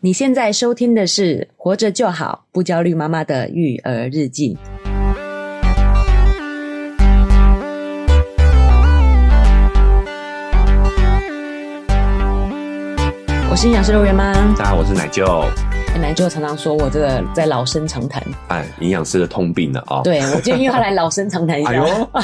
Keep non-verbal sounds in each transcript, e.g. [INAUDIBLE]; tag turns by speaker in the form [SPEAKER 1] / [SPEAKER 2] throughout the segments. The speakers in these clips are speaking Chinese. [SPEAKER 1] 你现在收听的是《活着就好，不焦虑妈妈的育儿日记》。我是营养师肉圆妈。
[SPEAKER 2] 大家好，我是奶舅。
[SPEAKER 1] 哎奶舅常常说我这个在老生常谈，
[SPEAKER 2] 哎，营养师的通病了啊、哦。
[SPEAKER 1] 对我建议他来老生常谈一
[SPEAKER 2] 哎
[SPEAKER 1] 下。
[SPEAKER 2] 呦，
[SPEAKER 1] [LAUGHS]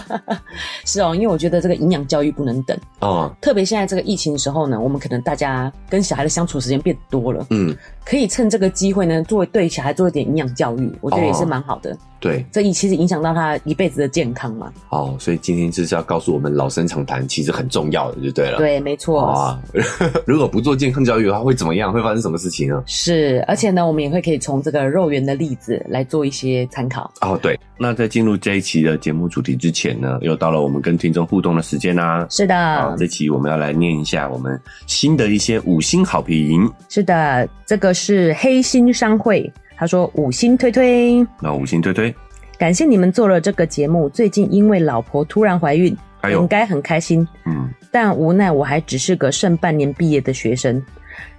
[SPEAKER 1] 是哦，因为我觉得这个营养教育不能等，
[SPEAKER 2] 哦，
[SPEAKER 1] 特别现在这个疫情的时候呢，我们可能大家跟小孩的相处时间变多了，
[SPEAKER 2] 嗯，
[SPEAKER 1] 可以趁这个机会呢，做对小孩做一点营养教育，我觉得也是蛮好
[SPEAKER 3] 哦
[SPEAKER 1] 的。
[SPEAKER 2] 对，
[SPEAKER 1] 这一其实影响到他一辈子的健康嘛。
[SPEAKER 2] 哦，所以今天就是要告诉我们，老生常谈其实很重要的，就对了。
[SPEAKER 1] 对，没错。
[SPEAKER 3] 哦
[SPEAKER 2] 啊， [LAUGHS] 如果不做健康教育的话，会怎么样？会发生什么事情呢？
[SPEAKER 1] 是，而且呢，我们也会可以从这个肉圆的例子来做一些参考。
[SPEAKER 2] 哦，对，
[SPEAKER 3] 那在进入这一期的节目主题之前呢，又到了我们跟听众互动的时间啦、
[SPEAKER 1] 是啊
[SPEAKER 3] 好，
[SPEAKER 2] 哦
[SPEAKER 1] 的，
[SPEAKER 3] 这期我们要来念一下我们新的一些五星好评。
[SPEAKER 1] 是的，这个是黑心商会，他说五星推推，
[SPEAKER 3] 那五星推推，
[SPEAKER 1] 感谢你们做了这个节目。最近因为老婆突然怀孕，
[SPEAKER 3] 哎
[SPEAKER 1] 应
[SPEAKER 3] 呦，
[SPEAKER 1] 该很开心，
[SPEAKER 3] 嗯，
[SPEAKER 1] 但无奈我还只是个剩半年毕业的学生。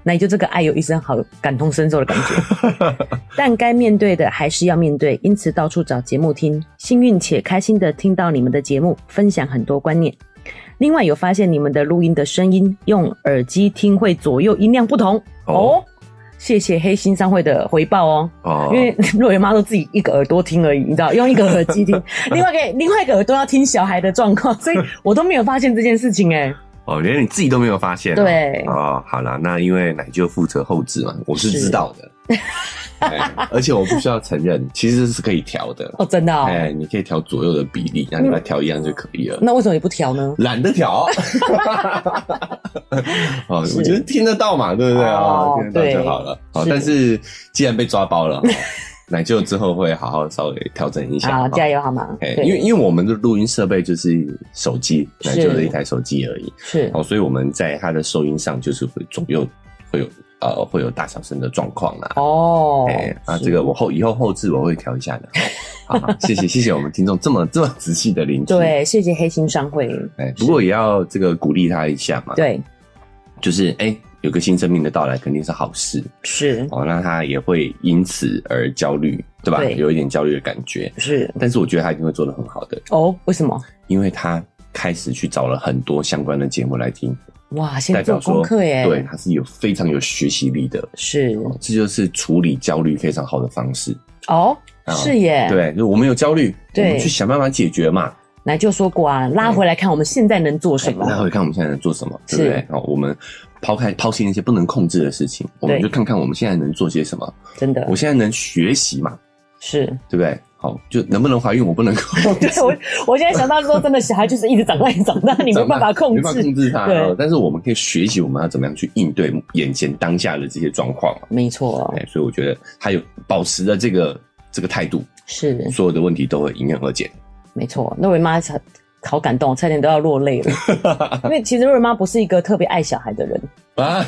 [SPEAKER 1] 那也就这个爱有一声好感同身受的感觉，但该面对的还是要面对，因此到处找节目听，幸运且开心的听到你们的节目，分享很多观念。另外有发现你们的录音的声音，用耳机听会左右音量不同哦
[SPEAKER 3] 哦
[SPEAKER 1] 谢谢黑心商会的回报哦，
[SPEAKER 3] 哦，
[SPEAKER 1] 因为若圆妈都自己一个耳朵听而已，你知道，用一个耳机听，另外给另外一个耳朵要听小孩的状况，所以我都没有发现这件事情哎、
[SPEAKER 3] 哦，连你自己都没有发
[SPEAKER 2] 啊
[SPEAKER 3] 现、哦。
[SPEAKER 1] 对
[SPEAKER 3] 哦，好啦，那因为奶舅负责后置嘛，
[SPEAKER 2] 我是知道的。
[SPEAKER 1] [LAUGHS]
[SPEAKER 2] 哎而且我必须要承认，其实是可以调的。
[SPEAKER 1] 哦，真的、哦。
[SPEAKER 2] 哎，你可以调左右的比例，那你把它调一样就可以了。
[SPEAKER 1] 那为什么你不调呢？
[SPEAKER 2] 懒
[SPEAKER 1] [LAUGHS]
[SPEAKER 2] 得调。哦，
[SPEAKER 1] 是
[SPEAKER 2] 我觉得听得到嘛，对不对啊？
[SPEAKER 1] 哦
[SPEAKER 2] 听得到就好了。好，
[SPEAKER 1] 是
[SPEAKER 2] 但是既然被抓
[SPEAKER 1] [LAUGHS]
[SPEAKER 2] 包了，哦奶舅之后会好好稍微调整一下。
[SPEAKER 1] 啊，
[SPEAKER 2] 哦
[SPEAKER 1] 加油好吗？
[SPEAKER 2] 哎，
[SPEAKER 1] 对
[SPEAKER 2] 因为因为我们的录音设备就是手机，
[SPEAKER 1] 是
[SPEAKER 2] 奶舅的一台手机而已。
[SPEAKER 1] 是
[SPEAKER 2] 哦，所以我们在它的收音上就是会左右会有呃会有大小声的状况啦。
[SPEAKER 1] 哦
[SPEAKER 2] 哎，啊，
[SPEAKER 1] 是
[SPEAKER 2] 这个我后以后后置我会调一下的。好，好谢谢谢谢我们听众这么这么仔细的聆听。，
[SPEAKER 1] 对，谢谢黑心商会，
[SPEAKER 2] 哎，不过也要这个鼓励他一下嘛。
[SPEAKER 1] 对，
[SPEAKER 2] 就是哎、有个新生命的到来肯定是好事
[SPEAKER 1] 是
[SPEAKER 2] 哦，那他也会因此而焦虑，对吧？
[SPEAKER 1] 对
[SPEAKER 2] 有一点焦虑的感觉，
[SPEAKER 1] 是
[SPEAKER 2] 但是我觉得他一定会做得很好的，
[SPEAKER 1] 哦，为什么？
[SPEAKER 2] 因为他开始去找了很多相关的节目来听，
[SPEAKER 1] 哇，
[SPEAKER 2] 代
[SPEAKER 1] 先做
[SPEAKER 2] 表
[SPEAKER 1] 功
[SPEAKER 2] 说
[SPEAKER 1] 课耶，
[SPEAKER 2] 对，他是有非常有学习力的。
[SPEAKER 1] 是
[SPEAKER 2] 哦这就是处理焦虑非常好的方式。
[SPEAKER 1] 哦，
[SPEAKER 2] 啊
[SPEAKER 1] 是耶，，
[SPEAKER 2] 对，就我们有焦虑，我
[SPEAKER 1] 对
[SPEAKER 2] 们去想办法解决嘛。
[SPEAKER 1] 奶就说过啊，拉回来看我们现在能做什么
[SPEAKER 2] 那，回看我们现在能做什么，对不
[SPEAKER 1] 是
[SPEAKER 2] 对？哦，我们抛开抛弃那些不能控制的事情，我们
[SPEAKER 1] 对
[SPEAKER 2] 就看看我们现在能做些什么。
[SPEAKER 1] 真的
[SPEAKER 2] 我现在能学习嘛？
[SPEAKER 1] 是。 [LAUGHS]
[SPEAKER 2] 对不对？好，就能不能怀孕我不能控制
[SPEAKER 1] 对，我我现在想到说，真的小孩就是一直长大，一直长大， [LAUGHS] 你没办法控
[SPEAKER 2] 没办法
[SPEAKER 1] 制
[SPEAKER 2] 控。制它。
[SPEAKER 1] 对
[SPEAKER 2] 呃但是我们可以学习我们要怎么样去应对眼前当下的这些状况嘛。
[SPEAKER 1] 没错，
[SPEAKER 2] 哎，所以我觉得还有保持着这个这个态度，
[SPEAKER 1] 是
[SPEAKER 2] 所有的问题都会迎刃
[SPEAKER 1] [LAUGHS]
[SPEAKER 2] 而解。
[SPEAKER 1] 没错，瑞瑞妈好好感动，我差点都要落泪了。
[SPEAKER 2] [LAUGHS]
[SPEAKER 1] 因为其实瑞瑞妈不是一个特别爱小孩的人，
[SPEAKER 2] 啊，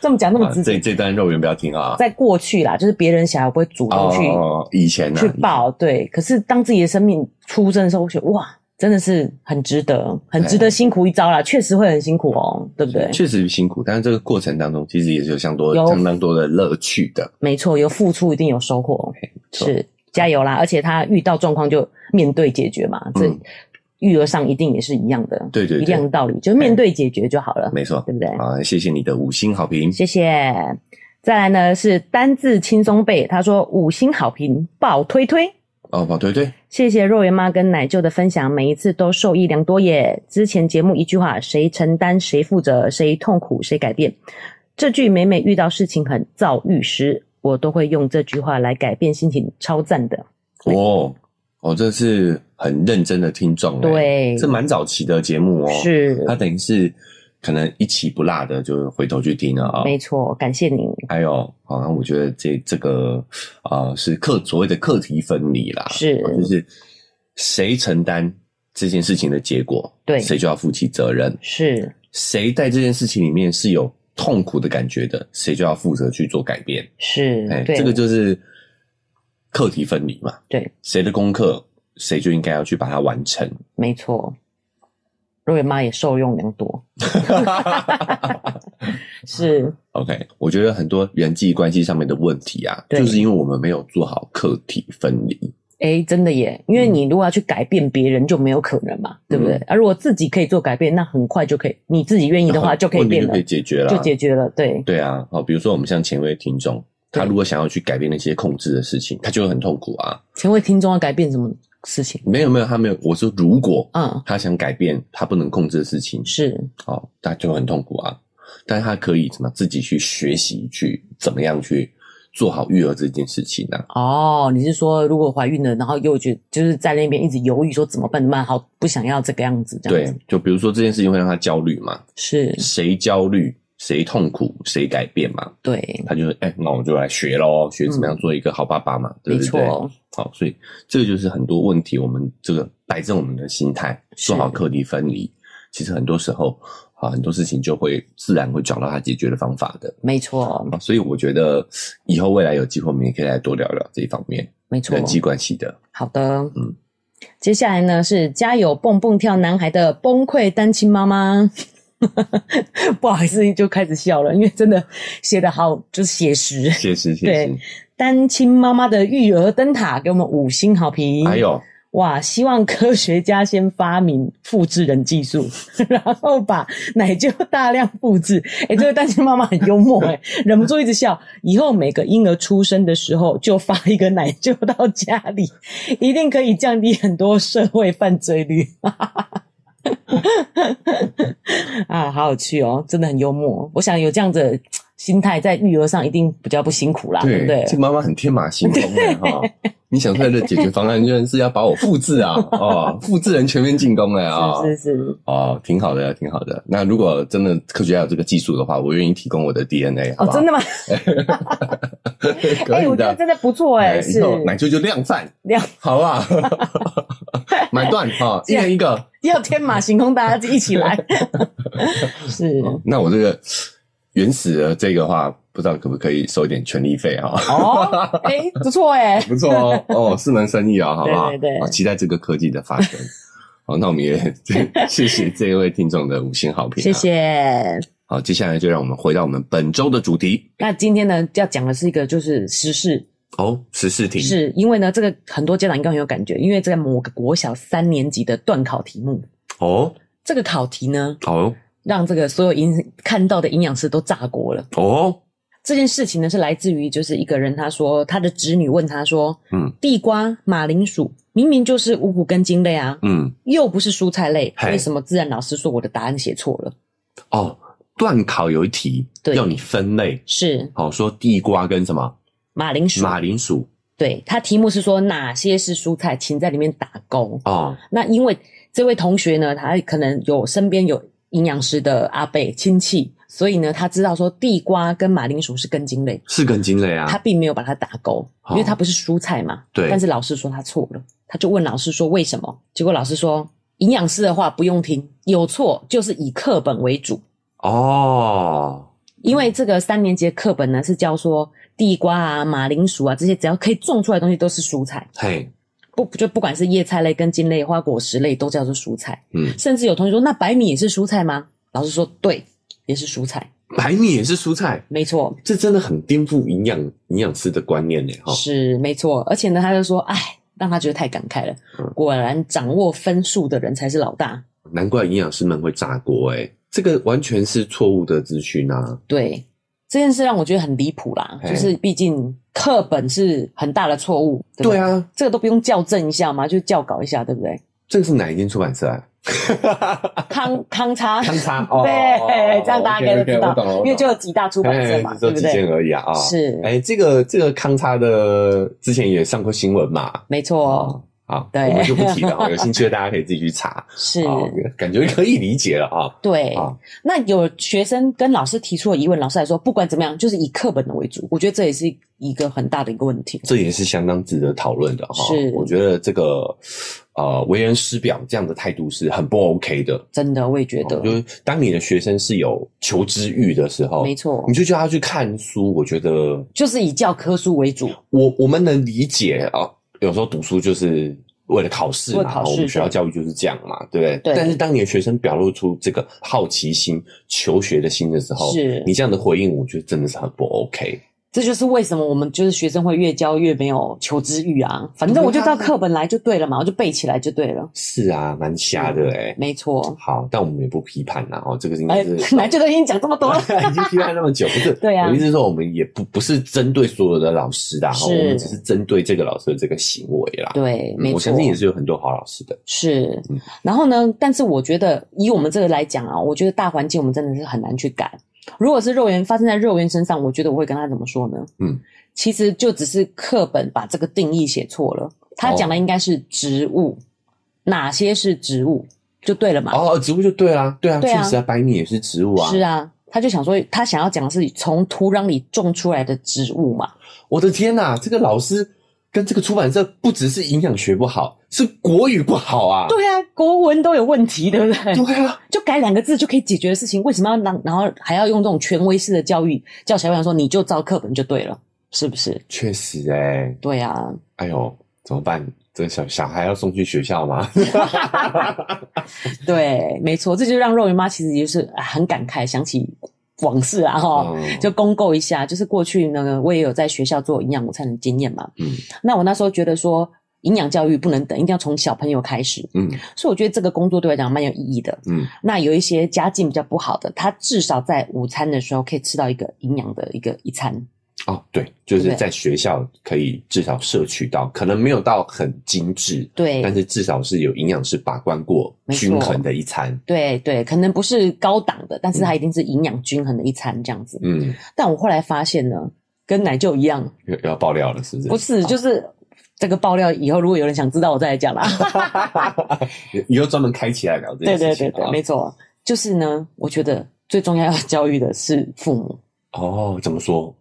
[SPEAKER 1] 这么讲那么直接。
[SPEAKER 2] 这这段肉圆不要听啊！
[SPEAKER 1] 在过去啦，就是别人小孩我不会主动去、
[SPEAKER 2] 哦，以前呢
[SPEAKER 1] 去，抱，对。可是当自己的生命出生的时候，我觉得哇，真的是很值得，很值得辛苦一遭啦，确实会很辛苦哦，对不对？
[SPEAKER 2] 确实辛苦，但是这个过程当中其实也是有相多
[SPEAKER 1] 有
[SPEAKER 2] 相当多的乐趣的。
[SPEAKER 1] 没错，有付出一定有收获，
[SPEAKER 2] 错
[SPEAKER 1] 是加油啦！而且他遇到状况就面对解决嘛，这
[SPEAKER 2] 嗯
[SPEAKER 1] 育儿上一定也是一样的，
[SPEAKER 2] 对对对
[SPEAKER 1] 一样的道理，就面对解决就好了，
[SPEAKER 2] 没错
[SPEAKER 1] 对不对？
[SPEAKER 2] 啊，谢谢你的五星好评。
[SPEAKER 1] 谢谢。再来呢是单字轻松背，他说五星好评爆推推。
[SPEAKER 2] 哦，宝推推，
[SPEAKER 1] 谢谢肉圆妈跟奶舅的分享，每一次都受益良多耶。之前节目一句话，谁承担谁负责，谁痛苦谁改变，这句每每遇到事情很躁郁时，我都会用这句话来改变心情，超赞的。
[SPEAKER 2] 哦，哦，这是很认真的听众、欸，
[SPEAKER 1] 对
[SPEAKER 2] 这蛮早期的节目哦，，
[SPEAKER 1] 是，
[SPEAKER 2] 他等于是可能一期不落的就回头去听了啊、
[SPEAKER 1] 没错，感谢您。
[SPEAKER 2] 还有，好、像我觉得这这个啊、呃是课所谓的课题分离啦，
[SPEAKER 1] 是
[SPEAKER 2] 啊就是谁承担这件事情的结果，
[SPEAKER 1] 对
[SPEAKER 2] 谁就要负起责任，
[SPEAKER 1] 是
[SPEAKER 2] 谁在这件事情里面是有痛苦的感觉的，谁就要负责去做改变。
[SPEAKER 1] 是，
[SPEAKER 2] 哎，
[SPEAKER 1] 嗯对，啊
[SPEAKER 2] 这个就是课题分离嘛。
[SPEAKER 1] 对，
[SPEAKER 2] 谁的功课，谁就应该要去把它完成。
[SPEAKER 1] 没错。瑞文妈也受用良
[SPEAKER 2] [LAUGHS]
[SPEAKER 1] 多。是，
[SPEAKER 2] OK，我觉得很多人际关系上面的问题啊，
[SPEAKER 1] 对
[SPEAKER 2] 就是因为我们没有做好课题分离。
[SPEAKER 1] 哎，真的耶，因为你如果要去改变别人，就没有可能嘛，对不对？
[SPEAKER 2] 嗯
[SPEAKER 1] 啊，如果自己可以做改变，那很快就可以，你自己愿意的话就可以
[SPEAKER 2] 问题
[SPEAKER 1] 变
[SPEAKER 2] 就
[SPEAKER 1] 了
[SPEAKER 2] 可以，解决了，啊
[SPEAKER 1] 就解决了。对，
[SPEAKER 2] 对啊，好，比如说我们像前位听众，他
[SPEAKER 1] 对
[SPEAKER 2] 如果想要去改变那些控制的事情，他就会很痛苦啊。
[SPEAKER 1] 请问听众要改变什么事情？
[SPEAKER 2] 没有没有，他没有，我说如果
[SPEAKER 1] 嗯，
[SPEAKER 2] 他想改变他不能控制的事情，
[SPEAKER 1] 是
[SPEAKER 2] 好，他就很痛苦啊。但是他可以怎么自己去学习，去怎么样去做好育儿这件事情呢、啊？
[SPEAKER 1] 哦，你是说如果怀孕了，然后又觉就是在那边一直犹豫说怎么办怎么办，好不想要这个样子，这样
[SPEAKER 2] 对
[SPEAKER 1] 子，
[SPEAKER 2] 就比如说这件事情会让他焦虑嘛，
[SPEAKER 1] 是，
[SPEAKER 2] 谁焦虑谁痛苦谁改变嘛，
[SPEAKER 1] 对，
[SPEAKER 2] 他就会哎、那我就来学喽，学怎么样做一个好爸爸嘛，对
[SPEAKER 1] 嗯没
[SPEAKER 2] 不对？
[SPEAKER 1] 错，
[SPEAKER 2] 好，所以这个就是很多问题，我们这个摆正我们的心态，
[SPEAKER 1] 是
[SPEAKER 2] 做好课题分离，其实很多时候啊，很多事情就会自然会找到它解决的方法的。
[SPEAKER 1] 没错，
[SPEAKER 2] 啊，所以我觉得以后未来有机会，我们也可以来多聊聊这一方面
[SPEAKER 1] 没错
[SPEAKER 2] 人。际关系的。
[SPEAKER 1] 好的，
[SPEAKER 2] 嗯
[SPEAKER 1] 接下来呢是加油蹦蹦跳男孩的崩溃单亲妈妈。 [LAUGHS] 不好意思，就开始笑了，因为真的写的好，就是写实。
[SPEAKER 2] 谢谢谢
[SPEAKER 1] 对
[SPEAKER 2] 谢，
[SPEAKER 1] 单亲妈妈的育儿灯塔给我们五星好评。
[SPEAKER 2] 还有
[SPEAKER 1] 哇，希望科学家先发明复制人技术， [LAUGHS] 然后把奶就大量复制。哎、这位单亲妈妈很幽默哎、 [LAUGHS] 忍不住一直笑。以后每个婴儿出生的时候就发一个奶就到家里， [LAUGHS] 一定可以降低很多社会犯罪率。 [LAUGHS] 啊，好有趣哦，真的很幽默。我想有这样子的心态，在育儿上一定比较不辛苦啦，对不嗯对？
[SPEAKER 2] 这妈妈很天马
[SPEAKER 1] [LAUGHS]
[SPEAKER 2] 行空的哈。你想出来的解决方案，居然是要把我复
[SPEAKER 1] [LAUGHS]
[SPEAKER 2] 制啊！哦，复制人全面进攻了啊！
[SPEAKER 1] 是是是，
[SPEAKER 2] 哦，挺好的，挺好的。那如果真的科学家有这个技术的话，我愿意提供我的 DNA，
[SPEAKER 1] 哦
[SPEAKER 2] 好不，好？ [LAUGHS]
[SPEAKER 1] 真的吗？
[SPEAKER 2] 可
[SPEAKER 1] 哎、
[SPEAKER 2] 以
[SPEAKER 1] 我觉得
[SPEAKER 2] 的。
[SPEAKER 1] 真的不错哎、
[SPEAKER 2] 以
[SPEAKER 1] 是
[SPEAKER 2] 后奶舅就量贩，
[SPEAKER 1] 量
[SPEAKER 2] 好
[SPEAKER 1] [LAUGHS]
[SPEAKER 2] 吧？买断哈，一人一个。
[SPEAKER 1] 要天马行空，大家一起来。是
[SPEAKER 2] 那我这个原始的这个话，不知道可不可以收一点权利费啊哈？
[SPEAKER 1] 哦，哎、不错哎、
[SPEAKER 2] [LAUGHS] 不错哦，哦，是门生意哦，好不好？
[SPEAKER 1] 对对对
[SPEAKER 2] 好期待这个科技的发生。好，那我 [LAUGHS] 们也谢谢这一位听众的五星好评、啊
[SPEAKER 1] 谢。谢。
[SPEAKER 2] 好，接下来就让我们回到我们本周的主题
[SPEAKER 1] 那今天呢，要讲的是一个就是时事，
[SPEAKER 2] 哦，十四题
[SPEAKER 1] 是因为呢，这个很多家长应该很有感觉，因为在某个国小三年级的段考题目，
[SPEAKER 2] 哦，
[SPEAKER 1] 这个考题呢，
[SPEAKER 2] 哦
[SPEAKER 1] 让这个所有营看到的营养师都炸锅了。
[SPEAKER 2] 哦，
[SPEAKER 1] 这件事情呢，是来自于就是一个人，他说他的侄女问他说，
[SPEAKER 2] 嗯，
[SPEAKER 1] 地瓜、马铃薯明明就是五谷根茎类啊，
[SPEAKER 2] 嗯，
[SPEAKER 1] 又不是蔬菜类，
[SPEAKER 2] 嘿
[SPEAKER 1] 为什么自然老师说我的答案写错了？
[SPEAKER 2] 哦，段考有一题
[SPEAKER 1] 对
[SPEAKER 2] 要你分类，
[SPEAKER 1] 是
[SPEAKER 2] 好说地瓜跟什么
[SPEAKER 1] 马铃薯。
[SPEAKER 2] 马铃薯
[SPEAKER 1] 对，它题目是说哪些是蔬菜，请在里面打勾。
[SPEAKER 2] 哦，
[SPEAKER 1] 那因为这位同学呢，他可能有身边有营养师的阿伯亲戚，所以呢，他知道说地瓜跟马铃薯是根茎类，
[SPEAKER 2] 是根茎类啊，
[SPEAKER 1] 他并没有把它打勾，因为
[SPEAKER 2] 哦
[SPEAKER 1] 它不是蔬菜嘛。
[SPEAKER 2] 对
[SPEAKER 1] 但是老师说他错了，他就问老师说为什么？结果老师说营养师的话不用听，有错就是以课本为主。
[SPEAKER 2] 哦，
[SPEAKER 1] 因为这个三年级的课本呢是教说地瓜啊、马铃薯啊这些只要可以种出来的东西都是蔬菜，
[SPEAKER 2] 嘿，
[SPEAKER 1] 不就不管是叶菜类、根茎类、花果实类都叫做蔬菜。
[SPEAKER 2] 嗯，
[SPEAKER 1] 甚至有同学说，那白米也是蔬菜吗？老师说对，也是蔬菜，
[SPEAKER 2] 白米也是蔬菜，
[SPEAKER 1] 没错，
[SPEAKER 2] 这真的很颠覆营养营养师的观念呢，哈、
[SPEAKER 1] 是没错。而且呢，他就说，哎，让他觉得太感慨了
[SPEAKER 2] 嗯。
[SPEAKER 1] 果然掌握分数的人才是老大。
[SPEAKER 2] 难怪营养师们会炸锅，哎，这个完全是错误的资讯啊，
[SPEAKER 1] 对这件事让我觉得很离谱啦，
[SPEAKER 2] 嘿
[SPEAKER 1] 就是毕竟课本是很大的错误，对不对
[SPEAKER 2] 对啊，
[SPEAKER 1] 这个都不用校正一下嘛，就校稿一下，对不对？
[SPEAKER 2] 这个是哪一间出版社啊？
[SPEAKER 1] 康康差，
[SPEAKER 2] 康差
[SPEAKER 1] [LAUGHS]
[SPEAKER 2] 哦
[SPEAKER 1] 对
[SPEAKER 2] 哦，
[SPEAKER 1] 这样大家应该都知
[SPEAKER 2] OK，OK，我懂了我
[SPEAKER 1] 道，
[SPEAKER 2] 懂
[SPEAKER 1] 因为就有几大出版社嘛，
[SPEAKER 2] 只
[SPEAKER 1] 对
[SPEAKER 2] 有
[SPEAKER 1] 不
[SPEAKER 2] 几
[SPEAKER 1] 对
[SPEAKER 2] 件？而已啊，啊
[SPEAKER 1] 是
[SPEAKER 2] 哎，这个这个康差的之前也上过新闻嘛，
[SPEAKER 1] 没错，
[SPEAKER 2] 哦，好，
[SPEAKER 1] 对
[SPEAKER 2] 我们就不提了
[SPEAKER 1] [LAUGHS]
[SPEAKER 2] 啊，有兴趣的大家可以自己去查，
[SPEAKER 1] 是，
[SPEAKER 2] 哦，感觉可以理解了啊，
[SPEAKER 1] 对
[SPEAKER 2] 啊。
[SPEAKER 1] 那有学生跟老师提出了疑问，老师还说不管怎么样，就是以课本的为主。我觉得这也是一个很大的一个问题。
[SPEAKER 2] 这也是相当值得讨论的哈、
[SPEAKER 1] 是
[SPEAKER 2] 我觉得这个呃为人师表这样的态度是很不 OK 的。
[SPEAKER 1] 真的，我也觉
[SPEAKER 2] 哦
[SPEAKER 1] 得
[SPEAKER 2] 就，是当你的学生是有求知欲的时候，
[SPEAKER 1] 没错
[SPEAKER 2] 你，就叫他去看书。我觉得
[SPEAKER 1] 就是以教科书为主。
[SPEAKER 2] 我我们能理解啊，有时候读书就是为了考试
[SPEAKER 1] 为
[SPEAKER 2] 嘛，
[SPEAKER 1] 了
[SPEAKER 2] 哦
[SPEAKER 1] 考试
[SPEAKER 2] 我们学校
[SPEAKER 1] 对
[SPEAKER 2] 教育就是这样嘛，对不对？
[SPEAKER 1] 对
[SPEAKER 2] 但是当你的学生表露出这个好奇心、求学的心的时候，
[SPEAKER 1] 是
[SPEAKER 2] 你这样的回应，我觉得真的是很不 OK。
[SPEAKER 1] 这就是为什么我们就是学生会越教越没有求知欲啊。反正我就照课本来就对了嘛，我就背起来就对了。
[SPEAKER 2] 是啊，蛮瞎的哎、
[SPEAKER 1] 没错，
[SPEAKER 2] 好，但我们也不批判啦，哦，这个应
[SPEAKER 1] 哎
[SPEAKER 2] 该是。，
[SPEAKER 1] [LAUGHS]
[SPEAKER 2] 嗯哎
[SPEAKER 1] 来就都已经讲这么多了，
[SPEAKER 2] 已经批判那么久，不是？
[SPEAKER 1] [LAUGHS] 对啊
[SPEAKER 2] 我意思是说，我们也不不是针对所有的老师啦，哦
[SPEAKER 1] 是
[SPEAKER 2] 我们只是针对这个老师的这个行为啦。
[SPEAKER 1] 对，
[SPEAKER 2] 嗯
[SPEAKER 1] 没错，
[SPEAKER 2] 我相信也是有很多好老师的。
[SPEAKER 1] 是
[SPEAKER 2] 嗯，
[SPEAKER 1] 然后呢？但是我觉得以我们这个来讲啊，我觉得大环境我们真的是很难去改。如果是肉圆发生在肉圆身上，我觉得我会跟他怎么说呢？
[SPEAKER 2] 嗯，
[SPEAKER 1] 其实就只是课本把这个定义写错了，他讲的应该是植物，哪些是植物就对了嘛。
[SPEAKER 2] 哦，植物就对啦，对啊，
[SPEAKER 1] 对
[SPEAKER 2] 确
[SPEAKER 1] 啊
[SPEAKER 2] 实啊，白米也是植物啊。
[SPEAKER 1] 是啊，他就想说，他想要讲的是从土壤里种出来的植物嘛。
[SPEAKER 2] 我的天呐、这个老师跟这个出版社不只是营养学不好，是国语不好啊。
[SPEAKER 1] 对啊，国文都有问题，对不对？
[SPEAKER 2] 对啊，
[SPEAKER 1] 就改两个字就可以解决的事情，为什么要让然后还要用这种权威式的教育教小朋友说你就照课本就对了，是不是？
[SPEAKER 2] 确实哎、
[SPEAKER 1] 对啊，
[SPEAKER 2] 哎呦，怎么办？这个小小孩要送去学校吗？
[SPEAKER 1] 对，没错，这就让肉圆妈其实也是啊很感慨，想起往事啊哈。
[SPEAKER 2] 嗯
[SPEAKER 1] 就公购一下，就是过去那个我也有在学校做营养午餐的经验嘛。
[SPEAKER 2] 嗯
[SPEAKER 1] 那我那时候觉得说，营养教育不能等，一定要从小朋友开始。
[SPEAKER 2] [LAUGHS] 嗯
[SPEAKER 1] 所以我觉得这个工作对我来讲蛮有意义的。
[SPEAKER 2] 嗯，
[SPEAKER 1] 那有一些家境比较不好的，他至少在午餐的时候可以吃到一个营养的一个一餐。
[SPEAKER 2] 哦，对，就
[SPEAKER 1] 对
[SPEAKER 2] 是在学校可以至少摄取到，可能没有到很精致，
[SPEAKER 1] 对，
[SPEAKER 2] 但是至少是有营养师把关过
[SPEAKER 1] 没错
[SPEAKER 2] 均衡的一餐。
[SPEAKER 1] 对对，可能不是高档的，但是它一定是营养均衡的一餐这样子。
[SPEAKER 2] 嗯，
[SPEAKER 1] 但我后来发现呢，跟奶舅一样，
[SPEAKER 2] 又又要爆料了，是不是？
[SPEAKER 1] 不是就是这个爆料，以后如果有人想知道，我再来讲啦。
[SPEAKER 2] [LAUGHS] 以，以后专门开起来聊
[SPEAKER 1] [LAUGHS]
[SPEAKER 2] 这
[SPEAKER 1] 对
[SPEAKER 2] 件
[SPEAKER 1] 对
[SPEAKER 2] 事情
[SPEAKER 1] 啊对
[SPEAKER 2] 啊。
[SPEAKER 1] 对，没错，就是呢，我觉得最重要要教育的是父母，
[SPEAKER 2] 哦，怎么说？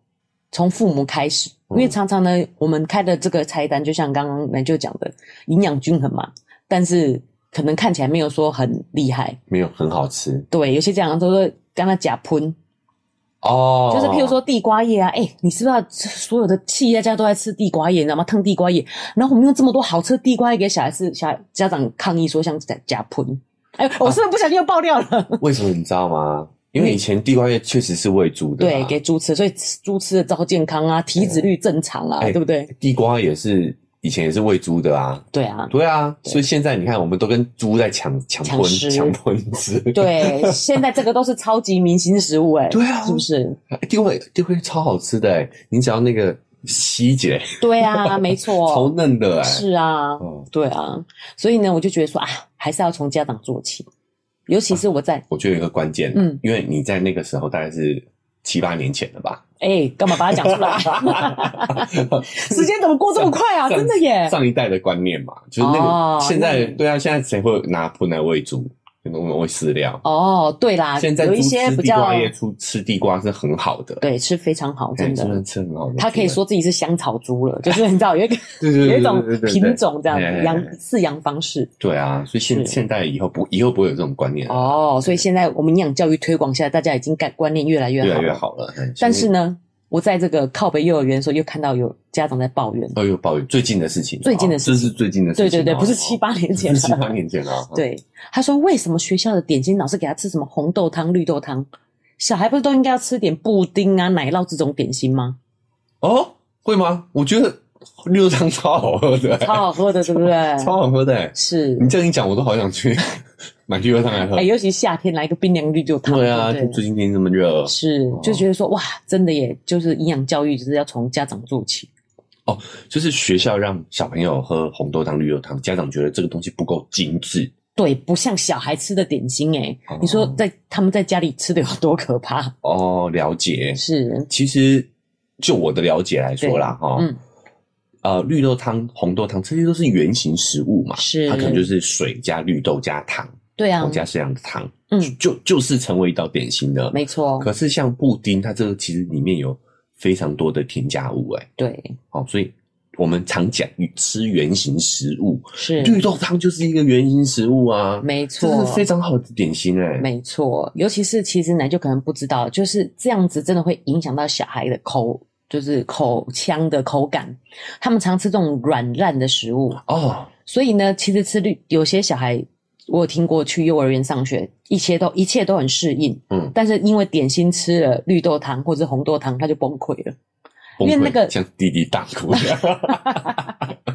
[SPEAKER 1] 从父母开始，因为
[SPEAKER 2] 嗯
[SPEAKER 1] 常常呢，我们开的这个菜单，就像刚刚奶舅讲的，营养均衡嘛，但是可能看起来没有说很厉害，
[SPEAKER 2] 没有很好吃
[SPEAKER 1] 对，有些家长都说跟他假喷。
[SPEAKER 2] 哦，
[SPEAKER 1] 就是譬如说地瓜叶啊，哎、你知不知道所有的企业家都在吃地瓜叶，你知道吗？烫地瓜叶，然后我们用这么多好吃的地瓜叶给小孩吃，小孩家长抗议说像假假喷。哎，
[SPEAKER 2] 哦
[SPEAKER 1] 我是不是不小心又爆料
[SPEAKER 2] [LAUGHS]
[SPEAKER 1] 了？
[SPEAKER 2] 为什么你知道吗？因为以前地瓜叶确实是喂猪的、
[SPEAKER 1] 嗯
[SPEAKER 2] 啊，
[SPEAKER 1] 对，给猪吃，所以吃猪吃的超健康啊，体脂率正常啊，
[SPEAKER 2] 哎
[SPEAKER 1] 对不对？
[SPEAKER 2] 地瓜也是以前也是喂猪的啊，
[SPEAKER 1] 对啊，
[SPEAKER 2] 对啊，
[SPEAKER 1] 对
[SPEAKER 2] 所以现在你看，我们都跟猪在抢抢
[SPEAKER 1] 抢
[SPEAKER 2] 吞
[SPEAKER 1] 食
[SPEAKER 2] 抢吞
[SPEAKER 1] [LAUGHS]
[SPEAKER 2] 吃，
[SPEAKER 1] 对，现在这个都是超级明星食物、哎，
[SPEAKER 2] [LAUGHS] 对啊
[SPEAKER 1] 是不是？
[SPEAKER 2] 哎地瓜地瓜叶超好吃的、欸，你只要那个洗起来，
[SPEAKER 1] 对啊，没错
[SPEAKER 2] [LAUGHS] 超，嫩的、欸，
[SPEAKER 1] 是啊，
[SPEAKER 2] 哦，
[SPEAKER 1] 对啊，所以呢，我就觉得说啊，还是要从家长做起，尤其是我在
[SPEAKER 2] 我觉得有一个关键，
[SPEAKER 1] 嗯，
[SPEAKER 2] 因为你在那个时候大概是七八年前了吧，
[SPEAKER 1] 哎，干嘛把它讲出来？ [LAUGHS] 时
[SPEAKER 2] [LAUGHS]
[SPEAKER 1] 间怎么过这么快啊？
[SPEAKER 2] 上
[SPEAKER 1] 真的耶！
[SPEAKER 2] 上一代的观念嘛，就是那
[SPEAKER 1] 哦
[SPEAKER 2] 个现在
[SPEAKER 1] 那
[SPEAKER 2] 对啊，现在谁会拿盆来喂猪？我们喂饲料，
[SPEAKER 1] 哦，对啦，
[SPEAKER 2] 现在
[SPEAKER 1] 有
[SPEAKER 2] 猪
[SPEAKER 1] 一些
[SPEAKER 2] 吃
[SPEAKER 1] 比
[SPEAKER 2] 地
[SPEAKER 1] 较
[SPEAKER 2] 瓜叶出吃地瓜是很好的，
[SPEAKER 1] 对吃非常好，
[SPEAKER 2] 哎，
[SPEAKER 1] 真的。
[SPEAKER 2] 吃很好的。
[SPEAKER 1] 他可以说自己是香草猪了， [LAUGHS] 就是你知道有一个
[SPEAKER 2] 对，对对
[SPEAKER 1] 有
[SPEAKER 2] 对
[SPEAKER 1] 一种
[SPEAKER 2] 对对对
[SPEAKER 1] 品种这样
[SPEAKER 2] 哎哎
[SPEAKER 1] 子
[SPEAKER 2] 哎
[SPEAKER 1] 养饲养方式
[SPEAKER 2] 对啊，所以现
[SPEAKER 1] 是
[SPEAKER 2] 现在以后不以后不会有这种观念了，
[SPEAKER 1] 哦，所以现在我们营养教育推广下来，大家已经概观念越来越
[SPEAKER 2] 越
[SPEAKER 1] 好，
[SPEAKER 2] 来越。好了。哎
[SPEAKER 1] 但是，呢，我在这个靠北幼儿园的时候，又看到有家长在抱怨，
[SPEAKER 2] 所以哎呦，抱怨最近的事情，
[SPEAKER 1] 最近的事情
[SPEAKER 2] 哦这是最近的事情
[SPEAKER 1] 对
[SPEAKER 2] 哦，
[SPEAKER 1] 对对，不是七八年前
[SPEAKER 2] 不是七八
[SPEAKER 1] 了，
[SPEAKER 2] 年前啊了，
[SPEAKER 1] [LAUGHS] 对，他说为什么学校的点心老是给他吃什么红豆汤、绿豆汤？小孩不是都应该要吃点布丁啊、奶酪这种点心吗？
[SPEAKER 2] 哦，会吗？我觉得绿豆汤超好喝的，
[SPEAKER 1] 超好喝的，对不对？
[SPEAKER 2] 超好喝的。哎
[SPEAKER 1] 是
[SPEAKER 2] 你，这样一讲，我都好想去 [LAUGHS] 买绿豆汤来喝
[SPEAKER 1] 哎，。尤其夏天来一个冰凉绿豆汤，
[SPEAKER 2] 对啊，
[SPEAKER 1] 对不对
[SPEAKER 2] 最近哦天这么热
[SPEAKER 1] 是就觉得说哇，真的耶，就是营养教育就是要从家长做起，
[SPEAKER 2] 就是学校让小朋友喝红豆汤、绿豆汤，家长觉得这个东西不够精致，
[SPEAKER 1] 对，不像小孩吃的点心哎，
[SPEAKER 2] 哦
[SPEAKER 1] 你说在他们在家里吃的有多可怕？
[SPEAKER 2] 哦，了解。
[SPEAKER 1] 是，
[SPEAKER 2] 其实就我的了解来说啦，哈，
[SPEAKER 1] 嗯，
[SPEAKER 2] 呃，绿豆汤、红豆汤这些都是原型食物嘛，
[SPEAKER 1] 是
[SPEAKER 2] 它可能就是水加绿豆加糖，
[SPEAKER 1] 对
[SPEAKER 2] 然
[SPEAKER 1] 啊
[SPEAKER 2] 后，加适量的糖，
[SPEAKER 1] 嗯
[SPEAKER 2] 就就是成为一道点心的。
[SPEAKER 1] 没错，
[SPEAKER 2] 可是像布丁，它这个其实里面有非常多的添加物、哎，
[SPEAKER 1] 对，
[SPEAKER 2] 哦，所以我们常讲吃原型食物，
[SPEAKER 1] 是，
[SPEAKER 2] 绿豆汤就是一个原型食物啊，
[SPEAKER 1] 没
[SPEAKER 2] 这
[SPEAKER 1] 错，
[SPEAKER 2] 是非常好的点心、哎，
[SPEAKER 1] 没错，尤其是其实奶就可能不知道，就是这样子真的会影响到小孩的口，就是口腔的口感。他们常吃这种软烂的食物，
[SPEAKER 2] 哦，
[SPEAKER 1] 所以呢，其实吃绿有些小孩，我有听过去幼儿园上学，一切都一切都很适应，
[SPEAKER 2] 嗯，
[SPEAKER 1] 但是因为点心吃了绿豆汤或者红豆汤，他就崩溃了。因为那个
[SPEAKER 2] 崩溃像弟弟大哭一
[SPEAKER 1] [LAUGHS]
[SPEAKER 2] 样，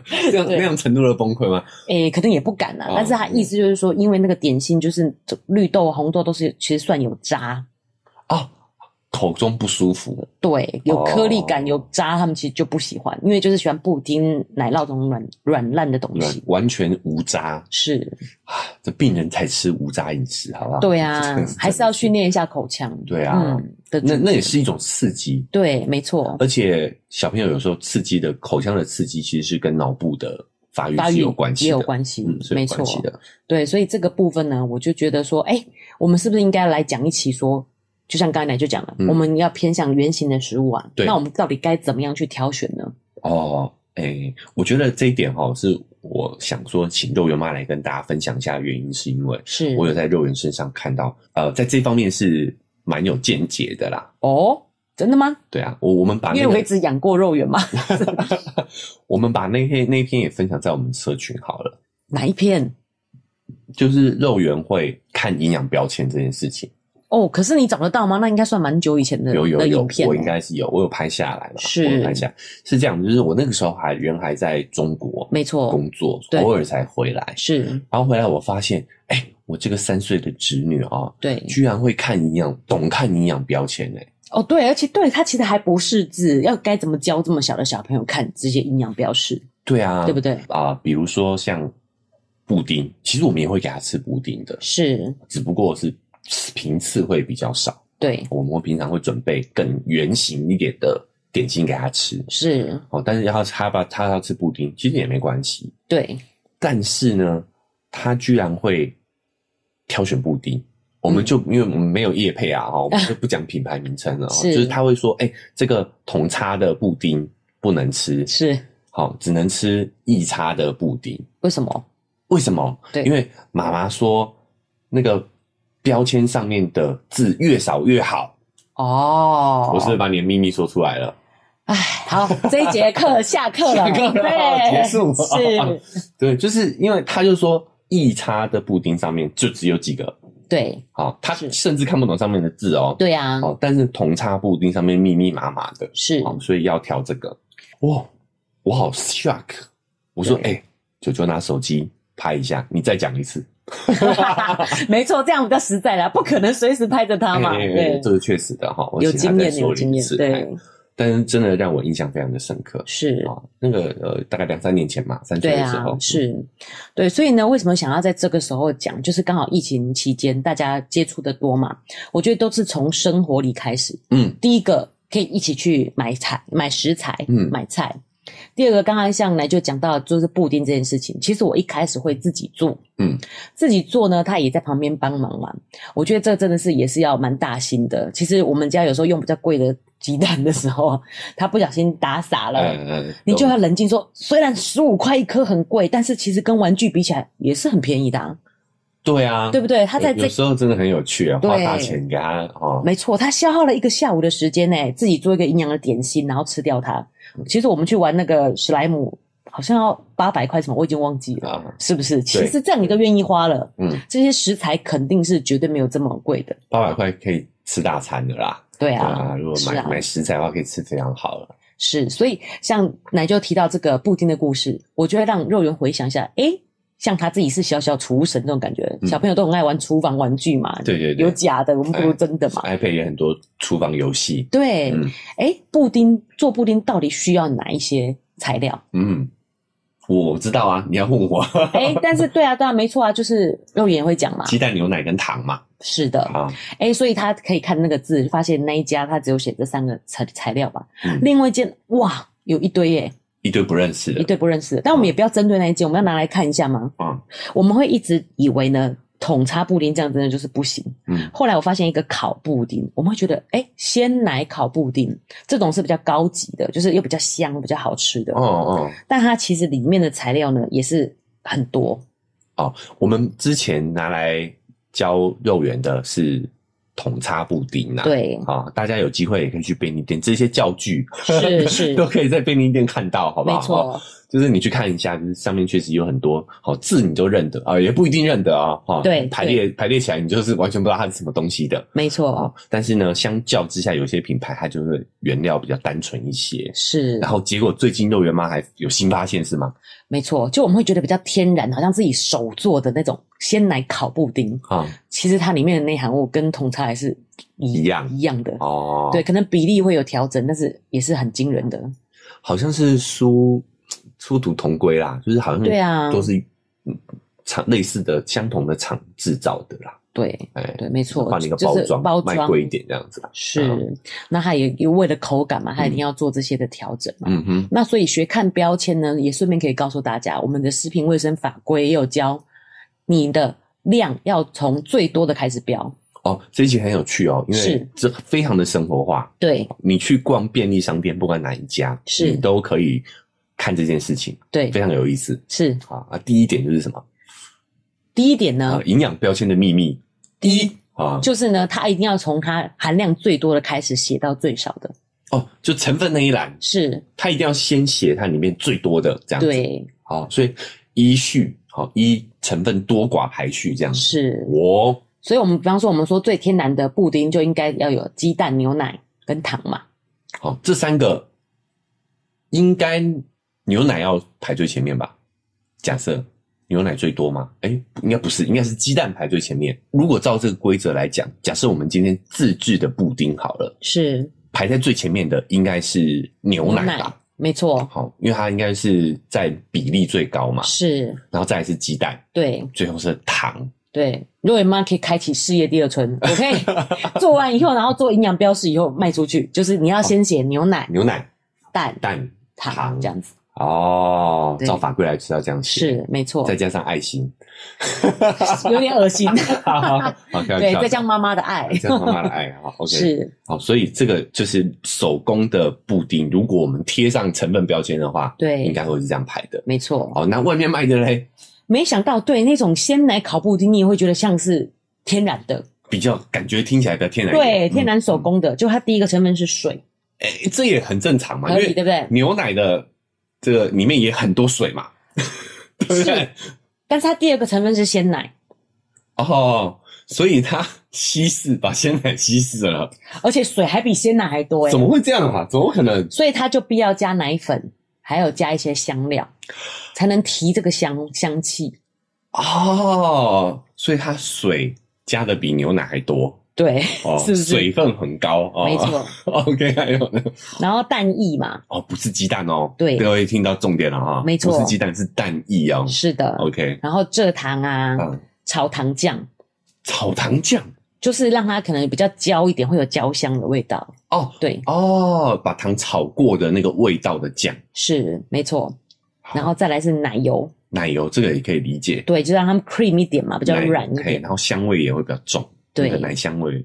[SPEAKER 2] 这样
[SPEAKER 1] 对
[SPEAKER 2] 那样程度的崩溃吗？
[SPEAKER 1] 诶、可能也不敢啦、啊
[SPEAKER 2] 哦
[SPEAKER 1] 但是他意思就是说，因为那个点心就是绿豆、红豆都是其实算有渣，
[SPEAKER 2] 哦，口中不舒服，
[SPEAKER 1] 对，有颗粒感、
[SPEAKER 2] 哦
[SPEAKER 1] 有渣，他们其实就不喜欢，因为就是喜欢布丁、奶酪这种软软烂的东
[SPEAKER 2] 软
[SPEAKER 1] 西。
[SPEAKER 2] 完全无渣，
[SPEAKER 1] 是，
[SPEAKER 2] 啊这病人才吃无渣饮食，好不好？
[SPEAKER 1] 对啊
[SPEAKER 2] 这个是，
[SPEAKER 1] 还是要训练一下口腔。
[SPEAKER 2] 对啊
[SPEAKER 1] 嗯，的
[SPEAKER 2] 那
[SPEAKER 1] 主
[SPEAKER 2] 那也是一种刺激，
[SPEAKER 1] 对，没错，
[SPEAKER 2] 而且小朋友有时候刺激的口腔的刺激，其实是跟脑部的发育
[SPEAKER 1] 发
[SPEAKER 2] 是
[SPEAKER 1] 育
[SPEAKER 2] 有关系的，
[SPEAKER 1] 也有关系，
[SPEAKER 2] 嗯，是有
[SPEAKER 1] 没
[SPEAKER 2] 关系
[SPEAKER 1] 错，
[SPEAKER 2] 的。
[SPEAKER 1] 对，所以这个部分呢，我就觉得说，哎，我们是不是应该来讲一期说，就像刚才就讲了，
[SPEAKER 2] 嗯
[SPEAKER 1] 我们要偏向圆形的食物啊，
[SPEAKER 2] 对
[SPEAKER 1] 那我们到底该怎么样去挑选呢？
[SPEAKER 2] 哦，哎、我觉得这一点哦，是我想说，请肉圆妈来跟大家分享一下，原因是因为
[SPEAKER 1] 是
[SPEAKER 2] 我有在肉圆身上看到，呃，在这方面是蛮有见解的啦。
[SPEAKER 1] 哦，真的吗？
[SPEAKER 2] 对啊，我我们把
[SPEAKER 1] 因为
[SPEAKER 2] 那
[SPEAKER 1] 我
[SPEAKER 2] 个
[SPEAKER 1] 一直养过肉圆
[SPEAKER 2] [LAUGHS]
[SPEAKER 1] 嘛，
[SPEAKER 2] 我们把那篇那一篇也分享在我们社群好了，
[SPEAKER 1] 哪一片？
[SPEAKER 2] 就是肉圆会看营养标签这件事情，
[SPEAKER 1] 哦，可是你找得到吗？那应该算蛮久以前的
[SPEAKER 2] 有有
[SPEAKER 1] 的嗯
[SPEAKER 2] 有
[SPEAKER 1] 影，片
[SPEAKER 2] 我
[SPEAKER 1] 了，
[SPEAKER 2] 应该是有，我有拍下来嘛，
[SPEAKER 1] 是
[SPEAKER 2] 我有拍下，是这样，就是我那个时候还人还在中国
[SPEAKER 1] 没错，
[SPEAKER 2] 工作，
[SPEAKER 1] 哦对
[SPEAKER 2] 偶尔才回来，
[SPEAKER 1] 是
[SPEAKER 2] 然后回来我发现，哎、我这个三岁的侄女啊、
[SPEAKER 1] 对
[SPEAKER 2] 居然会看营养，懂看营养标签哎、
[SPEAKER 1] 哦，对，而且对他其实还不识字，要该怎么教这么小的小朋友看这些营养标识，
[SPEAKER 2] 对啊，
[SPEAKER 1] 对不对？
[SPEAKER 2] 啊、比如说像布丁，其实我们也会给他吃布丁的，
[SPEAKER 1] 是，
[SPEAKER 2] 只不过是频次会比较少。
[SPEAKER 1] 对，
[SPEAKER 2] 我们平常会准备更圆形一点的点心给他吃
[SPEAKER 1] 是，
[SPEAKER 2] 哦，但是要他把他要吃布丁，其实也没关系。
[SPEAKER 1] 对，
[SPEAKER 2] 但是呢，他居然会挑选布丁。我们就、因为我们没有业配啊，哈，我们就不讲品牌名称了、哦，
[SPEAKER 1] 是
[SPEAKER 2] 就是他会说，哎、这个统差的布丁不能吃，
[SPEAKER 1] 是，
[SPEAKER 2] 好，只能吃异差的布丁。
[SPEAKER 1] 为什么？
[SPEAKER 2] 为什么？
[SPEAKER 1] 对
[SPEAKER 2] 因为妈妈说那个标签上面的字越少越好。
[SPEAKER 1] 哦，
[SPEAKER 2] 我是不是把你的秘密说出来了？
[SPEAKER 1] 哎，好，这一节课
[SPEAKER 2] [LAUGHS]
[SPEAKER 1] 下课了，
[SPEAKER 2] 下课了
[SPEAKER 1] 对，
[SPEAKER 2] 结束
[SPEAKER 1] 是，
[SPEAKER 2] [LAUGHS] 对，就是因为他就说异差的布丁上面就只有几个，
[SPEAKER 1] 对，
[SPEAKER 2] 好，他
[SPEAKER 1] 是
[SPEAKER 2] 甚至看不懂上面的字哦。
[SPEAKER 1] 对啊，
[SPEAKER 2] 哦，但是同差布丁上面密密麻麻的，
[SPEAKER 1] 是，
[SPEAKER 2] 好，所以要挑这个。哇，我好 shock！我说，哎、
[SPEAKER 1] 对
[SPEAKER 2] 九九拿手机拍一下，你再讲一次。
[SPEAKER 1] [LAUGHS] 没错，这样比较实在啦，不可能随时拍着他嘛，
[SPEAKER 2] 哎哎哎
[SPEAKER 1] 对
[SPEAKER 2] 这，是确实的哈，我
[SPEAKER 1] 有
[SPEAKER 2] 请他
[SPEAKER 1] 经
[SPEAKER 2] 再
[SPEAKER 1] 验，
[SPEAKER 2] 说
[SPEAKER 1] 有
[SPEAKER 2] 一
[SPEAKER 1] 经验，
[SPEAKER 2] 次哎
[SPEAKER 1] 对，
[SPEAKER 2] 但是真的让我印象非常的深刻
[SPEAKER 1] 是
[SPEAKER 2] 啊、。那个呃，大概两三年前嘛，三岁
[SPEAKER 1] 对
[SPEAKER 2] 的时
[SPEAKER 1] 啊
[SPEAKER 2] 候，，
[SPEAKER 1] 是，对，所以呢，为什么想要在这个时候讲？就是刚好疫情期间大家接触的多嘛，我觉得都是从生活里开始。
[SPEAKER 2] 嗯
[SPEAKER 1] 第一个可以一起去买菜、买食材、
[SPEAKER 2] 嗯
[SPEAKER 1] 买菜。第二个，刚刚向来就讲到就是布丁这件事情，其实我一开始会自己做，
[SPEAKER 2] 嗯，
[SPEAKER 1] 自己做呢，他也在旁边帮忙嘛。我觉得这真的是也是要蛮大心的。其实我们家有时候用比较贵的鸡蛋的时候，他不小心打洒了，
[SPEAKER 2] 嗯嗯，
[SPEAKER 1] 你就
[SPEAKER 2] 懂
[SPEAKER 1] 要冷静说，虽然十五块一颗很贵，但是其实跟玩具比起来也是很便宜的、啊，
[SPEAKER 2] 对啊，
[SPEAKER 1] 对不对？他在
[SPEAKER 2] 有
[SPEAKER 1] 这
[SPEAKER 2] 有，时候真的很有趣啊，
[SPEAKER 1] 对
[SPEAKER 2] 花大钱给他哦，
[SPEAKER 1] 没错，他消耗了一个下午的时间呢、自己做一个营养的点心，然后吃掉它。其实我们去玩那个史莱姆，好像要八百块什么，我已经忘记了，
[SPEAKER 2] 啊，
[SPEAKER 1] 是不是？其实这样你都愿意花了，
[SPEAKER 2] 嗯，
[SPEAKER 1] 这些食材肯定是绝对没有这么贵的。
[SPEAKER 2] 八百块可以吃大餐的啦，
[SPEAKER 1] 对
[SPEAKER 2] 对
[SPEAKER 1] 啊
[SPEAKER 2] 啊，，如果
[SPEAKER 1] 是
[SPEAKER 2] 买、
[SPEAKER 1] 啊
[SPEAKER 2] 买食材的话，可以吃非常好了，
[SPEAKER 1] 是，所以像奶就提到这个布丁的故事，我觉得让肉圆回想一下，诶，像他自己是小小厨神这种感觉，
[SPEAKER 2] 嗯
[SPEAKER 1] 小朋友都很爱玩厨房玩具嘛，
[SPEAKER 2] 对对对
[SPEAKER 1] 有假的，我们不如真的嘛。
[SPEAKER 2] ，iPad 也很多厨房游戏，
[SPEAKER 1] 对，
[SPEAKER 2] 嗯
[SPEAKER 1] 诶，布丁做布丁到底需要哪一些材料？
[SPEAKER 2] 嗯，我知道啊，你要问我， [LAUGHS]
[SPEAKER 1] 诶，但是对啊，对啊，没错啊，就是肉圆也会讲嘛，
[SPEAKER 2] 鸡蛋、牛奶跟糖嘛，
[SPEAKER 1] 是的，
[SPEAKER 2] 啊，
[SPEAKER 1] 诶，所以他可以看那个字，发现那一家他只有写这三个材材料吧，
[SPEAKER 2] 嗯
[SPEAKER 1] 另外一件哇有一堆耶、
[SPEAKER 2] 一堆不认识的，
[SPEAKER 1] 一堆不认识的，但我们也不要针对那一件，我们要拿来看一下嘛。
[SPEAKER 2] 嗯
[SPEAKER 1] 我们会一直以为呢，统差布丁这样真的就是不行。
[SPEAKER 2] 嗯
[SPEAKER 1] 后来我发现一个烤布丁，我们会觉得，哎，鲜奶烤布丁这种是比较高级的，就是又比较香、比较好吃的。
[SPEAKER 2] 哦哦。
[SPEAKER 1] 但它其实里面的材料呢也是很多，
[SPEAKER 2] 我们之前拿来教肉圆的是桶叉布丁啊，
[SPEAKER 1] 对，
[SPEAKER 2] 啊，大家有机会也可以去便利店，这些教具
[SPEAKER 1] 是是
[SPEAKER 2] [LAUGHS] 都可以在便利店看到，好不好？
[SPEAKER 1] 没错
[SPEAKER 2] 哦，就是你去看一下，就是上面确实有很多好字，你都认得啊，也不一定认得啊，哈、
[SPEAKER 1] 对
[SPEAKER 2] 排列排列起来，你就是完全不知道它是什么东西的
[SPEAKER 1] 没
[SPEAKER 2] 啊、
[SPEAKER 1] 错，
[SPEAKER 2] 但是呢，相较之下，有些品牌它就是原料比较单纯一些。
[SPEAKER 1] 是
[SPEAKER 2] 然，后结果最近肉圆妈还有新发现是吗？
[SPEAKER 1] 没错，就我们会觉得比较天然，好像自己手做的那种鲜奶烤布丁，
[SPEAKER 2] 啊、
[SPEAKER 1] 其实它里面的内含物跟同差还是
[SPEAKER 2] 一样
[SPEAKER 1] 一样的。
[SPEAKER 2] 哦，
[SPEAKER 1] 对，，可能比例会有调整，但是也是很惊人的。
[SPEAKER 2] 好像是殊殊途同归啦，就是好像
[SPEAKER 1] 对啊
[SPEAKER 2] 都是嗯厂类似的相同的厂制造的啦，
[SPEAKER 1] 对
[SPEAKER 2] 哎、
[SPEAKER 1] 对，没错，
[SPEAKER 2] 换了一个
[SPEAKER 1] 就
[SPEAKER 2] 包
[SPEAKER 1] 是
[SPEAKER 2] 装，
[SPEAKER 1] 包
[SPEAKER 2] 卖
[SPEAKER 1] 装
[SPEAKER 2] 贵一点这样子啦。
[SPEAKER 1] 是，那它也也为了口感嘛，它一定要做这些的调整嘛。
[SPEAKER 2] 嗯哼，
[SPEAKER 1] 那所以学看标签呢，也顺便可以告诉大家，我们的食品卫生法规也有教，你的量要从最多的开始标。
[SPEAKER 2] 哦，这一集很有趣哦，因为
[SPEAKER 1] 是
[SPEAKER 2] 这非常的生活化。
[SPEAKER 1] 对
[SPEAKER 2] 你去逛便利商店，不管哪一家，
[SPEAKER 1] 是
[SPEAKER 2] 你都可以看这件事情，
[SPEAKER 1] 对
[SPEAKER 2] 非，常有意思
[SPEAKER 1] 是。
[SPEAKER 2] 啊啊！第一点就是什么
[SPEAKER 1] 嗯第一点呢
[SPEAKER 2] 啊？，营养标签的秘密。
[SPEAKER 1] 第一
[SPEAKER 2] 啊，
[SPEAKER 1] 就是呢，它一定要从它含量最多的开始写到最少的。
[SPEAKER 2] 哦，就成分那一栏，
[SPEAKER 1] 是，
[SPEAKER 2] 它一定要先写它里面最多的这样子。
[SPEAKER 1] 对，
[SPEAKER 2] 好，所以依序好依成分多寡排序这样子。
[SPEAKER 1] 是。
[SPEAKER 2] 我
[SPEAKER 1] 所以，我们比方说，我们说最天然的布丁就应该要有鸡蛋、牛奶跟糖嘛。
[SPEAKER 2] 好这三个应该牛奶要排最前面吧？假设牛奶最多吗？哎、应该不是，应该是鸡蛋排最前面。如果照这个规则来讲，假设我们今天自制的布丁好了，
[SPEAKER 1] 是，
[SPEAKER 2] 排在最前面的应该是牛奶吧？
[SPEAKER 1] 没错，
[SPEAKER 2] 好，因为它应该是在比例最高嘛，
[SPEAKER 1] 是，
[SPEAKER 2] 然后再来是鸡蛋，
[SPEAKER 1] 对
[SPEAKER 2] 最后是糖。
[SPEAKER 1] 对。如果你妈可以开启事业第二春，我可
[SPEAKER 2] [LAUGHS]
[SPEAKER 1] 以做完以后，然后做营养标识以后卖出去，就是你要先写牛奶、
[SPEAKER 2] 牛奶、
[SPEAKER 1] 蛋、
[SPEAKER 2] 蛋、
[SPEAKER 1] 糖
[SPEAKER 2] 糖
[SPEAKER 1] 这样子。
[SPEAKER 2] 哦，
[SPEAKER 1] 对
[SPEAKER 2] 照法规来是要这样写，
[SPEAKER 1] 是，没错
[SPEAKER 2] 再，加上爱心，
[SPEAKER 1] 有点恶心。
[SPEAKER 2] [LAUGHS] 好，开玩
[SPEAKER 1] 对，
[SPEAKER 2] 笑
[SPEAKER 1] 再加上妈妈的爱，
[SPEAKER 2] 再加上妈妈的爱啊好，OK，
[SPEAKER 1] 是
[SPEAKER 2] 好，所以这个就是手工的布丁，如果我们贴上成分标签的话，
[SPEAKER 1] 对
[SPEAKER 2] 应该会是这样排的。
[SPEAKER 1] 没错。
[SPEAKER 2] 哦，那外面卖的嘞，
[SPEAKER 1] 没想到，对那种鲜奶烤布丁，你也会觉得像是天然的，
[SPEAKER 2] 比较感觉听起来比较天然一
[SPEAKER 1] 对，
[SPEAKER 2] 点，
[SPEAKER 1] 天然手工的。就它第一个成分是水，
[SPEAKER 2] 嗯，哎，这也很正常嘛，因
[SPEAKER 1] 合理对
[SPEAKER 2] 为
[SPEAKER 1] 不对？
[SPEAKER 2] 牛奶的这个里面也很多
[SPEAKER 1] [LAUGHS]
[SPEAKER 2] 水嘛，对不对？
[SPEAKER 1] 但是它第二个成分是鲜奶，
[SPEAKER 2] 哦，所以它稀释把鲜奶稀释了，
[SPEAKER 1] 而且水还比鲜奶还多哎
[SPEAKER 2] 怎，么会这样啊？怎么可能？
[SPEAKER 1] 所以它就必要加奶粉，还有加一些香料，才能提这个香香气。
[SPEAKER 2] 哦，所以它水加的比牛奶还多
[SPEAKER 1] 对，
[SPEAKER 2] 哦，
[SPEAKER 1] 是不是
[SPEAKER 2] 水分很高哦，
[SPEAKER 1] 没。错。
[SPEAKER 2] [LAUGHS] OK，还有呢，
[SPEAKER 1] 然后蛋液嘛，
[SPEAKER 2] 哦，不是鸡蛋哦，
[SPEAKER 1] 对
[SPEAKER 2] 各位听到重点了哈，
[SPEAKER 1] 没错
[SPEAKER 2] 不是鸡蛋是蛋液哦。
[SPEAKER 1] 是的。
[SPEAKER 2] OK，
[SPEAKER 1] 然后蔗糖啊，
[SPEAKER 2] 嗯，
[SPEAKER 1] 炒糖酱，
[SPEAKER 2] 炒糖酱
[SPEAKER 1] 就是让它可能比较焦一点，会有焦香的味道。
[SPEAKER 2] 哦
[SPEAKER 1] 对，
[SPEAKER 2] 哦，把糖炒过的那个味道的酱，
[SPEAKER 1] 是没错。
[SPEAKER 2] 好
[SPEAKER 1] 然后再来是奶油，
[SPEAKER 2] 奶油这个也可以理解，
[SPEAKER 1] 对，就让它们 cream 一点嘛，比较
[SPEAKER 2] 奶油
[SPEAKER 1] 软一
[SPEAKER 2] 可以，
[SPEAKER 1] 点
[SPEAKER 2] 然。后香味也会比较重，
[SPEAKER 1] 对
[SPEAKER 2] 那个奶香味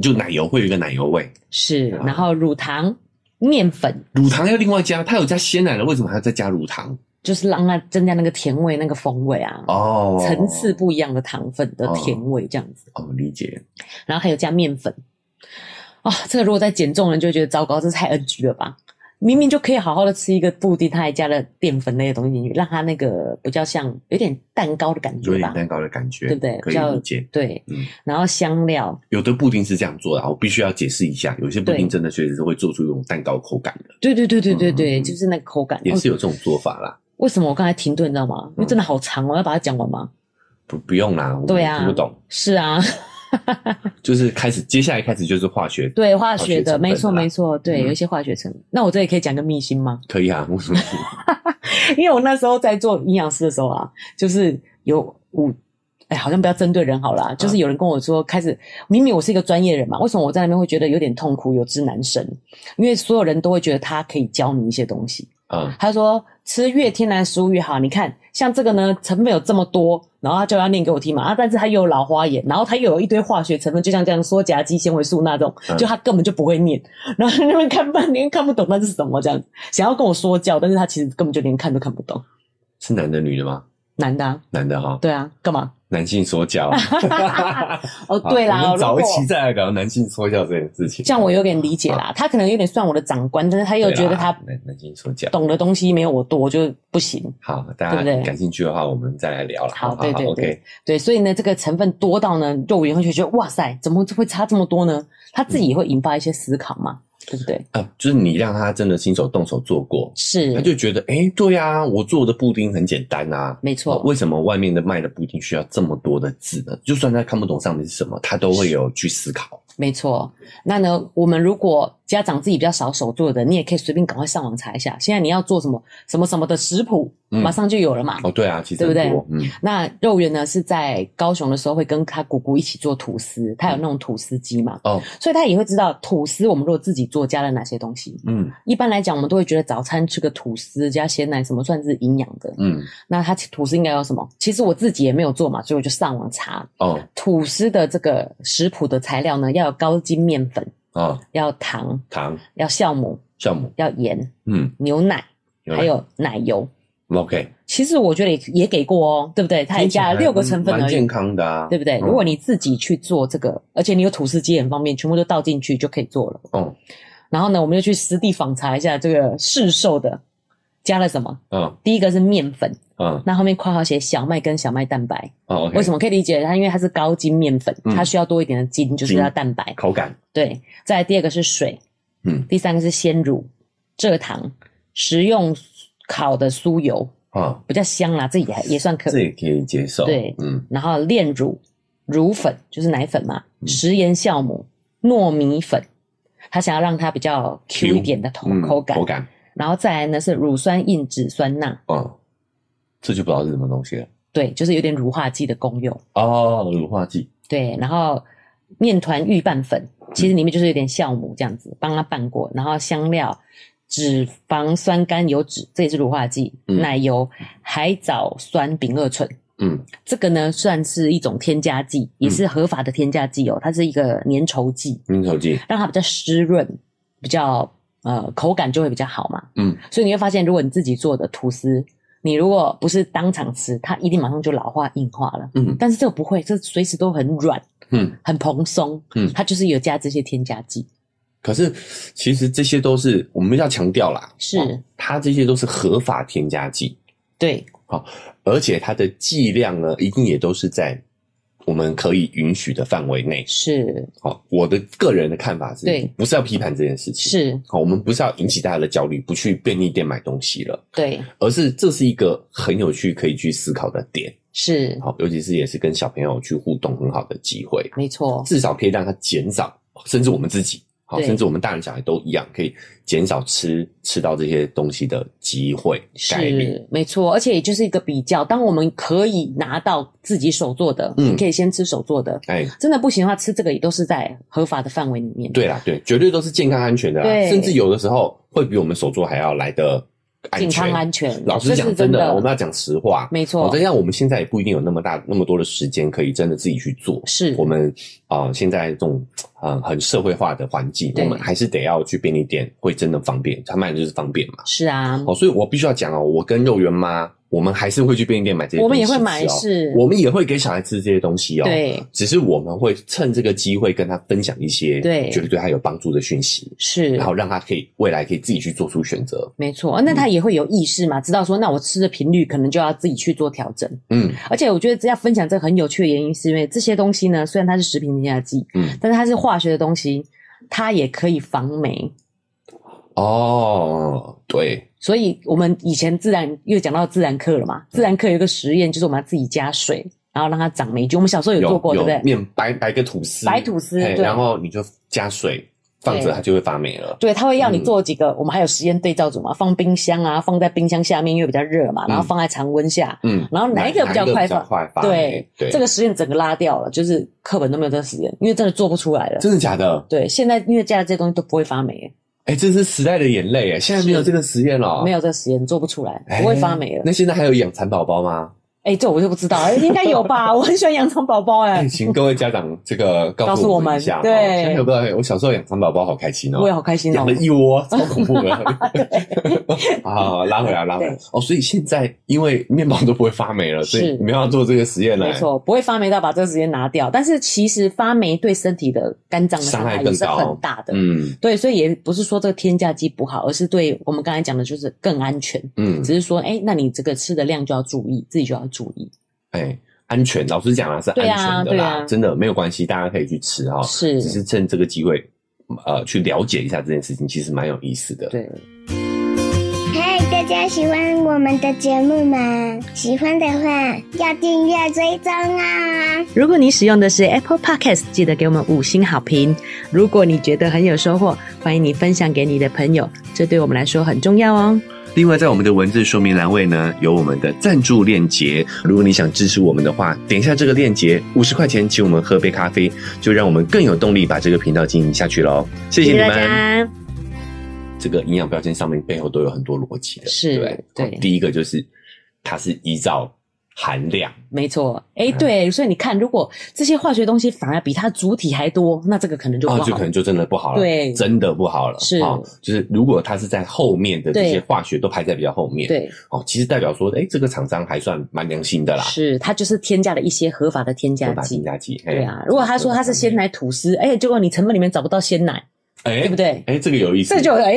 [SPEAKER 2] 就奶油会有一个奶油味，
[SPEAKER 1] 是，
[SPEAKER 2] 啊
[SPEAKER 1] 然后乳糖、面粉，
[SPEAKER 2] 乳糖要另外加，它有加鲜奶了，为什么还要再加乳糖？
[SPEAKER 1] 就是让它增加那个甜味、那个风味啊，
[SPEAKER 2] 哦，
[SPEAKER 1] 层次不一样的糖分的甜味这样子。
[SPEAKER 2] 哦，理解。
[SPEAKER 1] 然后还有加面粉，啊、这个如果再减重了，你就会觉得糟糕，这太 NG 了吧？明明就可以好好的吃一个布丁，它还加了淀粉类的东西进去，让它那个比较像有点蛋糕的感
[SPEAKER 2] 有
[SPEAKER 1] 觉
[SPEAKER 2] 点
[SPEAKER 1] 吧？
[SPEAKER 2] 蛋糕的感觉，
[SPEAKER 1] 对不对
[SPEAKER 2] 可
[SPEAKER 1] 比
[SPEAKER 2] 以
[SPEAKER 1] 较
[SPEAKER 2] 理解。
[SPEAKER 1] 对，
[SPEAKER 2] 嗯
[SPEAKER 1] 然后香料，
[SPEAKER 2] 有的布丁是这样做的，我必须要解释一下，有些布
[SPEAKER 1] 对
[SPEAKER 2] 丁真的确实是会做出一种蛋糕口感的，
[SPEAKER 1] 对对对对对对，
[SPEAKER 2] 嗯嗯嗯
[SPEAKER 1] 就是那个口感。
[SPEAKER 2] 也是
[SPEAKER 1] 哦、
[SPEAKER 2] 嗯有这种做法啦。
[SPEAKER 1] 为什么我刚才停顿，你知道吗？因为真的好长，哦我要把它讲完吗？
[SPEAKER 2] 不不用啦，我
[SPEAKER 1] 对啊
[SPEAKER 2] 听不懂。
[SPEAKER 1] 是啊， [LAUGHS]
[SPEAKER 2] 就是开始，接下来开始就是化学，
[SPEAKER 1] 对化学
[SPEAKER 2] 成
[SPEAKER 1] 的，
[SPEAKER 2] 分
[SPEAKER 1] 没错
[SPEAKER 2] 啦
[SPEAKER 1] 没错，对，
[SPEAKER 2] 嗯
[SPEAKER 1] 有一些化学成分。那我这里可以讲个秘辛吗？
[SPEAKER 2] 可以
[SPEAKER 1] [LAUGHS]
[SPEAKER 2] 啊。为什么？
[SPEAKER 1] 因为我那时候在做营养师的时候啊，就是有五，哎，好像不要针对人好啦，就是有人跟我说，开始明明我是一个专业人嘛，为什么我在那边会觉得有点痛苦，有志难伸？因为所有人都会觉得他可以教你一些东西。
[SPEAKER 2] 嗯，
[SPEAKER 1] 他说吃越天然食物越好，你看像这个呢，成分有这么多，然后他就要念给我听嘛啊，但是他又有老花眼，然后他又有一堆化学成分，就像这样羧甲基、纤维素那种，
[SPEAKER 2] 嗯
[SPEAKER 1] 就他根本就不会念，然后在那边看半天看不懂那是什么这样子，想要跟我说教，但是他其实根本就连看都看不懂。
[SPEAKER 2] 是男的女的吗？
[SPEAKER 1] 男的、啊，
[SPEAKER 2] 男的哈，
[SPEAKER 1] 对啊，干嘛？
[SPEAKER 2] 男性说教。啊
[SPEAKER 1] [LAUGHS] 哦，对
[SPEAKER 2] 好我
[SPEAKER 1] 啦，
[SPEAKER 2] 们早
[SPEAKER 1] 如
[SPEAKER 2] 一
[SPEAKER 1] 果
[SPEAKER 2] 期再来聊男性说教这件事情。
[SPEAKER 1] 这样我有点理解啦，他可能有点算我的长官，但是他又
[SPEAKER 2] 对啦啊
[SPEAKER 1] 觉得他
[SPEAKER 2] 男男性说教。
[SPEAKER 1] 懂的东西没有我多，就不行。
[SPEAKER 2] 好，
[SPEAKER 1] 对
[SPEAKER 2] 大
[SPEAKER 1] 不
[SPEAKER 2] 家
[SPEAKER 1] 对
[SPEAKER 2] 感兴趣的话，我们再来聊了。
[SPEAKER 1] 好
[SPEAKER 2] 好不
[SPEAKER 1] 对对
[SPEAKER 2] o
[SPEAKER 1] 对
[SPEAKER 2] k
[SPEAKER 1] 对，所以呢，这个成分多到呢，肉圆会觉得哇塞，怎么会差这么多呢？他自己也会引发一些思考嘛，对不对？
[SPEAKER 2] 啊，就是你让他真的亲手动手做过，他
[SPEAKER 1] 是，
[SPEAKER 2] 就觉得，哎、对呀、我做的布丁很简单啊。
[SPEAKER 1] 没
[SPEAKER 2] 哦
[SPEAKER 1] 错，
[SPEAKER 2] 为什么外面的卖的布丁需要这么多的字呢？就算他看不懂上面是什么，他都会有去思考。
[SPEAKER 1] 没错。那呢，我们如果家长自己比较少手做的，你也可以随便赶快上网查一下，现在你要做什么什么什么的食谱，
[SPEAKER 2] 嗯
[SPEAKER 1] 马上就有了嘛。
[SPEAKER 2] 哦，对啊，其实很
[SPEAKER 1] 对不
[SPEAKER 2] 多，嗯，
[SPEAKER 1] 那肉圆呢是在高雄的时候会跟他姑姑一起做吐司，他有那种吐司机嘛，
[SPEAKER 2] 哦，
[SPEAKER 1] 所以他也会知道吐司我们如果自己做加了哪些东西。
[SPEAKER 2] 嗯
[SPEAKER 1] 一般来讲，我们都会觉得早餐吃个吐司加鲜奶什么算是营养的。
[SPEAKER 2] 嗯，
[SPEAKER 1] 那它吐司应该有什么？其实我自己也没有做嘛，所以我就上网查
[SPEAKER 2] 哦
[SPEAKER 1] 吐司的这个食谱的材料呢，要有高筋面粉，
[SPEAKER 2] 哦，
[SPEAKER 1] 要糖，
[SPEAKER 2] 糖、
[SPEAKER 1] 要酵母，
[SPEAKER 2] 酵母，
[SPEAKER 1] 要盐，
[SPEAKER 2] 嗯，
[SPEAKER 1] 牛奶，
[SPEAKER 2] 原来
[SPEAKER 1] 还有奶油。
[SPEAKER 2] OK，
[SPEAKER 1] 其实我觉得也也给过哦，对不对？它也加了六个成分
[SPEAKER 2] 蛮
[SPEAKER 1] 而
[SPEAKER 2] 健
[SPEAKER 1] 已，
[SPEAKER 2] 康的啊，
[SPEAKER 1] 对不对？
[SPEAKER 2] 嗯
[SPEAKER 1] 如果你自己去做这个，而且你有吐司机也很方便，全部都倒进去就可以做了。
[SPEAKER 2] 哦，
[SPEAKER 1] 然后呢，我们就去实地访查一下这个市售的加了什么。
[SPEAKER 2] 嗯
[SPEAKER 1] 第一个是面粉，
[SPEAKER 2] 嗯，
[SPEAKER 1] 那后面括号写小麦跟小麦蛋白。
[SPEAKER 2] 哦，OK，
[SPEAKER 1] 为什么可以理解它？因为它是高筋面粉，
[SPEAKER 2] 嗯
[SPEAKER 1] 它需要多一点的筋，就是
[SPEAKER 2] 筋
[SPEAKER 1] 它蛋白。
[SPEAKER 2] 口感？
[SPEAKER 1] 对，再来第二个是水，
[SPEAKER 2] 嗯
[SPEAKER 1] 第三个是鲜乳、蔗糖、食用烤的酥油，
[SPEAKER 2] 啊，
[SPEAKER 1] 比较香啦，这也还也算可
[SPEAKER 2] 这
[SPEAKER 1] 以。
[SPEAKER 2] 也可以接受，
[SPEAKER 1] 对
[SPEAKER 2] 嗯
[SPEAKER 1] 然后炼乳、乳粉就是奶粉嘛，
[SPEAKER 2] 嗯
[SPEAKER 1] 食盐酵母、糯米粉，他想要让它比较 Q
[SPEAKER 2] Q，
[SPEAKER 1] 一点的口
[SPEAKER 2] 嗯，
[SPEAKER 1] 口感。
[SPEAKER 2] 口感，
[SPEAKER 1] 然后再来呢是乳酸硬脂酸钠，
[SPEAKER 2] 嗯，这就不知道是什么东西了。
[SPEAKER 1] 对，就是有点乳化剂的功用。
[SPEAKER 2] 哦，乳化剂，
[SPEAKER 1] 对，然后面团预拌粉，其实里面就是有点酵母这样子，帮它拌过，然后香料、脂肪酸甘油脂，这也是乳化剂，
[SPEAKER 2] 嗯
[SPEAKER 1] 奶油、海藻酸丙二醇。
[SPEAKER 2] 嗯
[SPEAKER 1] 这个呢，算是一种添加剂，也是合法的添加剂哦。它是一个粘稠剂，
[SPEAKER 2] 零头剂，
[SPEAKER 1] 让它比较湿润，比较呃口感就会比较好嘛。
[SPEAKER 2] 嗯，
[SPEAKER 1] 所以你会发现，如果你自己做的吐司，你如果不是当场吃，它一定马上就老化硬化了。
[SPEAKER 2] 嗯
[SPEAKER 1] 但是这个不会，这随时都很软，
[SPEAKER 2] 嗯，
[SPEAKER 1] 很蓬松，
[SPEAKER 2] 嗯
[SPEAKER 1] 它就是有加这些添加剂，
[SPEAKER 2] 可是其实这些都是我们要强调啦，
[SPEAKER 1] 是
[SPEAKER 2] 哦它这些都是合法添加剂，
[SPEAKER 1] 对，
[SPEAKER 2] 而且它的剂量呢，一定也都是在我们可以允许的范围内。
[SPEAKER 1] 是
[SPEAKER 2] 哦，我的个人的看法是，
[SPEAKER 1] 对
[SPEAKER 2] 不是要批判这件事情，
[SPEAKER 1] 是，
[SPEAKER 2] 好、我们不是要引起大家的焦虑，不去便利店买东西了，
[SPEAKER 1] 对，
[SPEAKER 2] 而是这是一个很有趣可以去思考的点，
[SPEAKER 1] 是
[SPEAKER 2] 好、尤其是也是跟小朋友去互动很好的机会。
[SPEAKER 1] 没错，
[SPEAKER 2] 至少可以让它减少，甚至我们自己，好，
[SPEAKER 1] 对
[SPEAKER 2] 甚至我们大人小孩都一样，可以减少吃吃到这些东西的机会概率。
[SPEAKER 1] 是没错，而且也就是一个比较，当我们可以拿到自己手做的，
[SPEAKER 2] 嗯
[SPEAKER 1] 你可以先吃手做的，
[SPEAKER 2] 哎，
[SPEAKER 1] 真的不行的话，吃这个也都是在合法的范围里面，
[SPEAKER 2] 对啦，对，绝对都是健康安全的啦，
[SPEAKER 1] 对
[SPEAKER 2] 甚至有的时候会比我们手做还要来的安
[SPEAKER 1] 健
[SPEAKER 2] 全。
[SPEAKER 1] 康安全，
[SPEAKER 2] 老实
[SPEAKER 1] 这
[SPEAKER 2] 讲，
[SPEAKER 1] 是
[SPEAKER 2] 真
[SPEAKER 1] 真
[SPEAKER 2] 的，我们要讲实话。
[SPEAKER 1] 没
[SPEAKER 2] 好，
[SPEAKER 1] 错
[SPEAKER 2] 这，样我们现在也不一定有那么大、那么多的时间可以真的自己去做。
[SPEAKER 1] 是
[SPEAKER 2] 我们啊、呃现在这种嗯、呃很社会化的环境，我
[SPEAKER 1] 对
[SPEAKER 2] 们还是得要去便利店，会真的方便。他卖的就是方便嘛。
[SPEAKER 1] 是啊，
[SPEAKER 2] 哦，所以我必须要讲哦，我跟肉圆妈，我们还是会去便利店买这些
[SPEAKER 1] 我
[SPEAKER 2] 东
[SPEAKER 1] 们
[SPEAKER 2] 西
[SPEAKER 1] 也
[SPEAKER 2] 吃哦、
[SPEAKER 1] 会买是
[SPEAKER 2] 我们也会给小孩吃这些东西哦。，
[SPEAKER 1] 对，
[SPEAKER 2] 只是我们会趁这个机会跟他分享一些
[SPEAKER 1] 对
[SPEAKER 2] 觉得对他有帮助的讯息，
[SPEAKER 1] 是
[SPEAKER 2] 然。后让他可以未来可以自己去做出选择。
[SPEAKER 1] 没错，啊那
[SPEAKER 2] 嗯
[SPEAKER 1] 他也会有意识嘛，知道说，那我吃的频率可能就要自己去做调整。
[SPEAKER 2] 嗯
[SPEAKER 1] 而且我觉得这要分享这个很有趣的原因，是因为这些东西呢，虽然它是食品添加剂，
[SPEAKER 2] 嗯，
[SPEAKER 1] 但是它是化学的东西，它也可以防霉。
[SPEAKER 2] 哦，对，
[SPEAKER 1] 所以我们以前自然又讲到自然课了嘛，自然课有一个实验，就是我们要自己加水，然后让它长霉菌。我们小时候有做过，对
[SPEAKER 2] 有
[SPEAKER 1] 不对？
[SPEAKER 2] 面白白个吐司，
[SPEAKER 1] 白吐司，
[SPEAKER 2] 嘿
[SPEAKER 1] 对，
[SPEAKER 2] 然后你就加水放着，
[SPEAKER 1] 对
[SPEAKER 2] 它就会发霉了。
[SPEAKER 1] 对，他会要你
[SPEAKER 2] 嗯
[SPEAKER 1] 做几个，我们还有实验对照组嘛，放冰箱啊，放在冰箱下面，因为比较热嘛，然后放在常温下，
[SPEAKER 2] 嗯，
[SPEAKER 1] 然后哪一个比较
[SPEAKER 2] 哪
[SPEAKER 1] 快
[SPEAKER 2] 一个
[SPEAKER 1] 放
[SPEAKER 2] 比？快发
[SPEAKER 1] 对
[SPEAKER 2] 霉？，对，
[SPEAKER 1] 这个实验整个拉掉了，就是课本都没有这个实验，因为真的做不出来了。
[SPEAKER 2] 真的假的？
[SPEAKER 1] 对，现在因为加的这些东西都不会发霉，
[SPEAKER 2] 哎，这是时代的眼泪哎，现在没有
[SPEAKER 1] 是
[SPEAKER 2] 这个实验了，
[SPEAKER 1] 没有这个实验做不出来，
[SPEAKER 2] 哎
[SPEAKER 1] 不会发霉了。
[SPEAKER 2] 那现在还有养蚕宝宝吗？
[SPEAKER 1] 哎、这我就不知道，哎应该有吧？
[SPEAKER 2] [LAUGHS]
[SPEAKER 1] 我很喜欢养蚕宝宝、哎、
[SPEAKER 2] 请各位家长这个告
[SPEAKER 1] 告诉
[SPEAKER 2] 诉
[SPEAKER 1] 我
[SPEAKER 2] 们
[SPEAKER 1] 们
[SPEAKER 2] 一下，
[SPEAKER 1] 对
[SPEAKER 2] 哦现在有不有？我小时候养蚕宝宝好开心哦，
[SPEAKER 1] 我也好开心哦
[SPEAKER 2] 养了。一窝，超恐怖的。
[SPEAKER 1] [LAUGHS]
[SPEAKER 2] 啊，拉回来，拉回来
[SPEAKER 1] 对。
[SPEAKER 2] 哦，所以现在因为面包都不会发霉了，所以
[SPEAKER 1] 是
[SPEAKER 2] 没办法做这个实验了。
[SPEAKER 1] 没错，不会发霉到把这个时间拿掉，但是其实发霉对身体的肝脏的伤
[SPEAKER 2] 伤害
[SPEAKER 1] 害
[SPEAKER 2] 更
[SPEAKER 1] 也是
[SPEAKER 2] 高
[SPEAKER 1] 很大的。
[SPEAKER 2] 嗯
[SPEAKER 1] 对，所以也不是说这个添加剂不好，而是对我们刚才讲的，就是更安全。
[SPEAKER 2] 嗯，
[SPEAKER 1] 只是说，哎、那你这个吃的量就要注意，自己就要注意。
[SPEAKER 2] 哎，安全，老实讲啊，是安全的
[SPEAKER 1] 对啊对
[SPEAKER 2] 啦，
[SPEAKER 1] 啊
[SPEAKER 2] 真的没有关系，大家可以去吃哈。
[SPEAKER 1] 是
[SPEAKER 2] 哦只是趁这个机会，呃，去了解一下这件事情，其实蛮有意思的。
[SPEAKER 1] 对，
[SPEAKER 4] 嗨，大家喜欢我们的节目吗？喜欢的话要订阅追踪啊！
[SPEAKER 1] 如果你使用的是 Apple Podcast，记得给我们五星好评。如果你觉得很有收获，欢迎你分享给你的朋友，这对我们来说很重要哦。
[SPEAKER 3] 另外，在我们的文字说明栏位呢，有我们的赞助链接。如果你想支持我们的话，点一下这个链接，五十块钱请我们喝杯咖啡，就让我们更有动力把这个频道经营下去喽。谢谢你
[SPEAKER 1] 大
[SPEAKER 3] 们。
[SPEAKER 1] 家，
[SPEAKER 2] 这个营养标签上面背后都有很多逻辑的，
[SPEAKER 1] 是
[SPEAKER 2] 对不
[SPEAKER 1] 对
[SPEAKER 2] 第一个就是它是依照含量，
[SPEAKER 1] 没错。哎、对，所以你看，如果这些化学东西反而比它主体还多，那这个可能就不
[SPEAKER 2] 哦，
[SPEAKER 1] 好。
[SPEAKER 2] 就可能就真的不好了，
[SPEAKER 1] 对
[SPEAKER 2] 真的不好了，
[SPEAKER 1] 是
[SPEAKER 2] 哦，就是如果它是在后面的这
[SPEAKER 1] 对
[SPEAKER 2] 些化学都排在比较后面，，
[SPEAKER 1] 对，
[SPEAKER 2] 哦，其实代表说，哎，这个厂商还算蛮良心的啦，
[SPEAKER 1] 是它就是添加了一些合法的添加
[SPEAKER 2] 合法
[SPEAKER 1] 剂
[SPEAKER 2] 添。加剂，哎
[SPEAKER 1] 对啊，如果他说他是鲜，奶吐司，哎、结果你成分里面找不到鲜奶，
[SPEAKER 2] 哎，
[SPEAKER 1] 对不？对？
[SPEAKER 2] 哎，这个有意思，
[SPEAKER 1] 这就哎、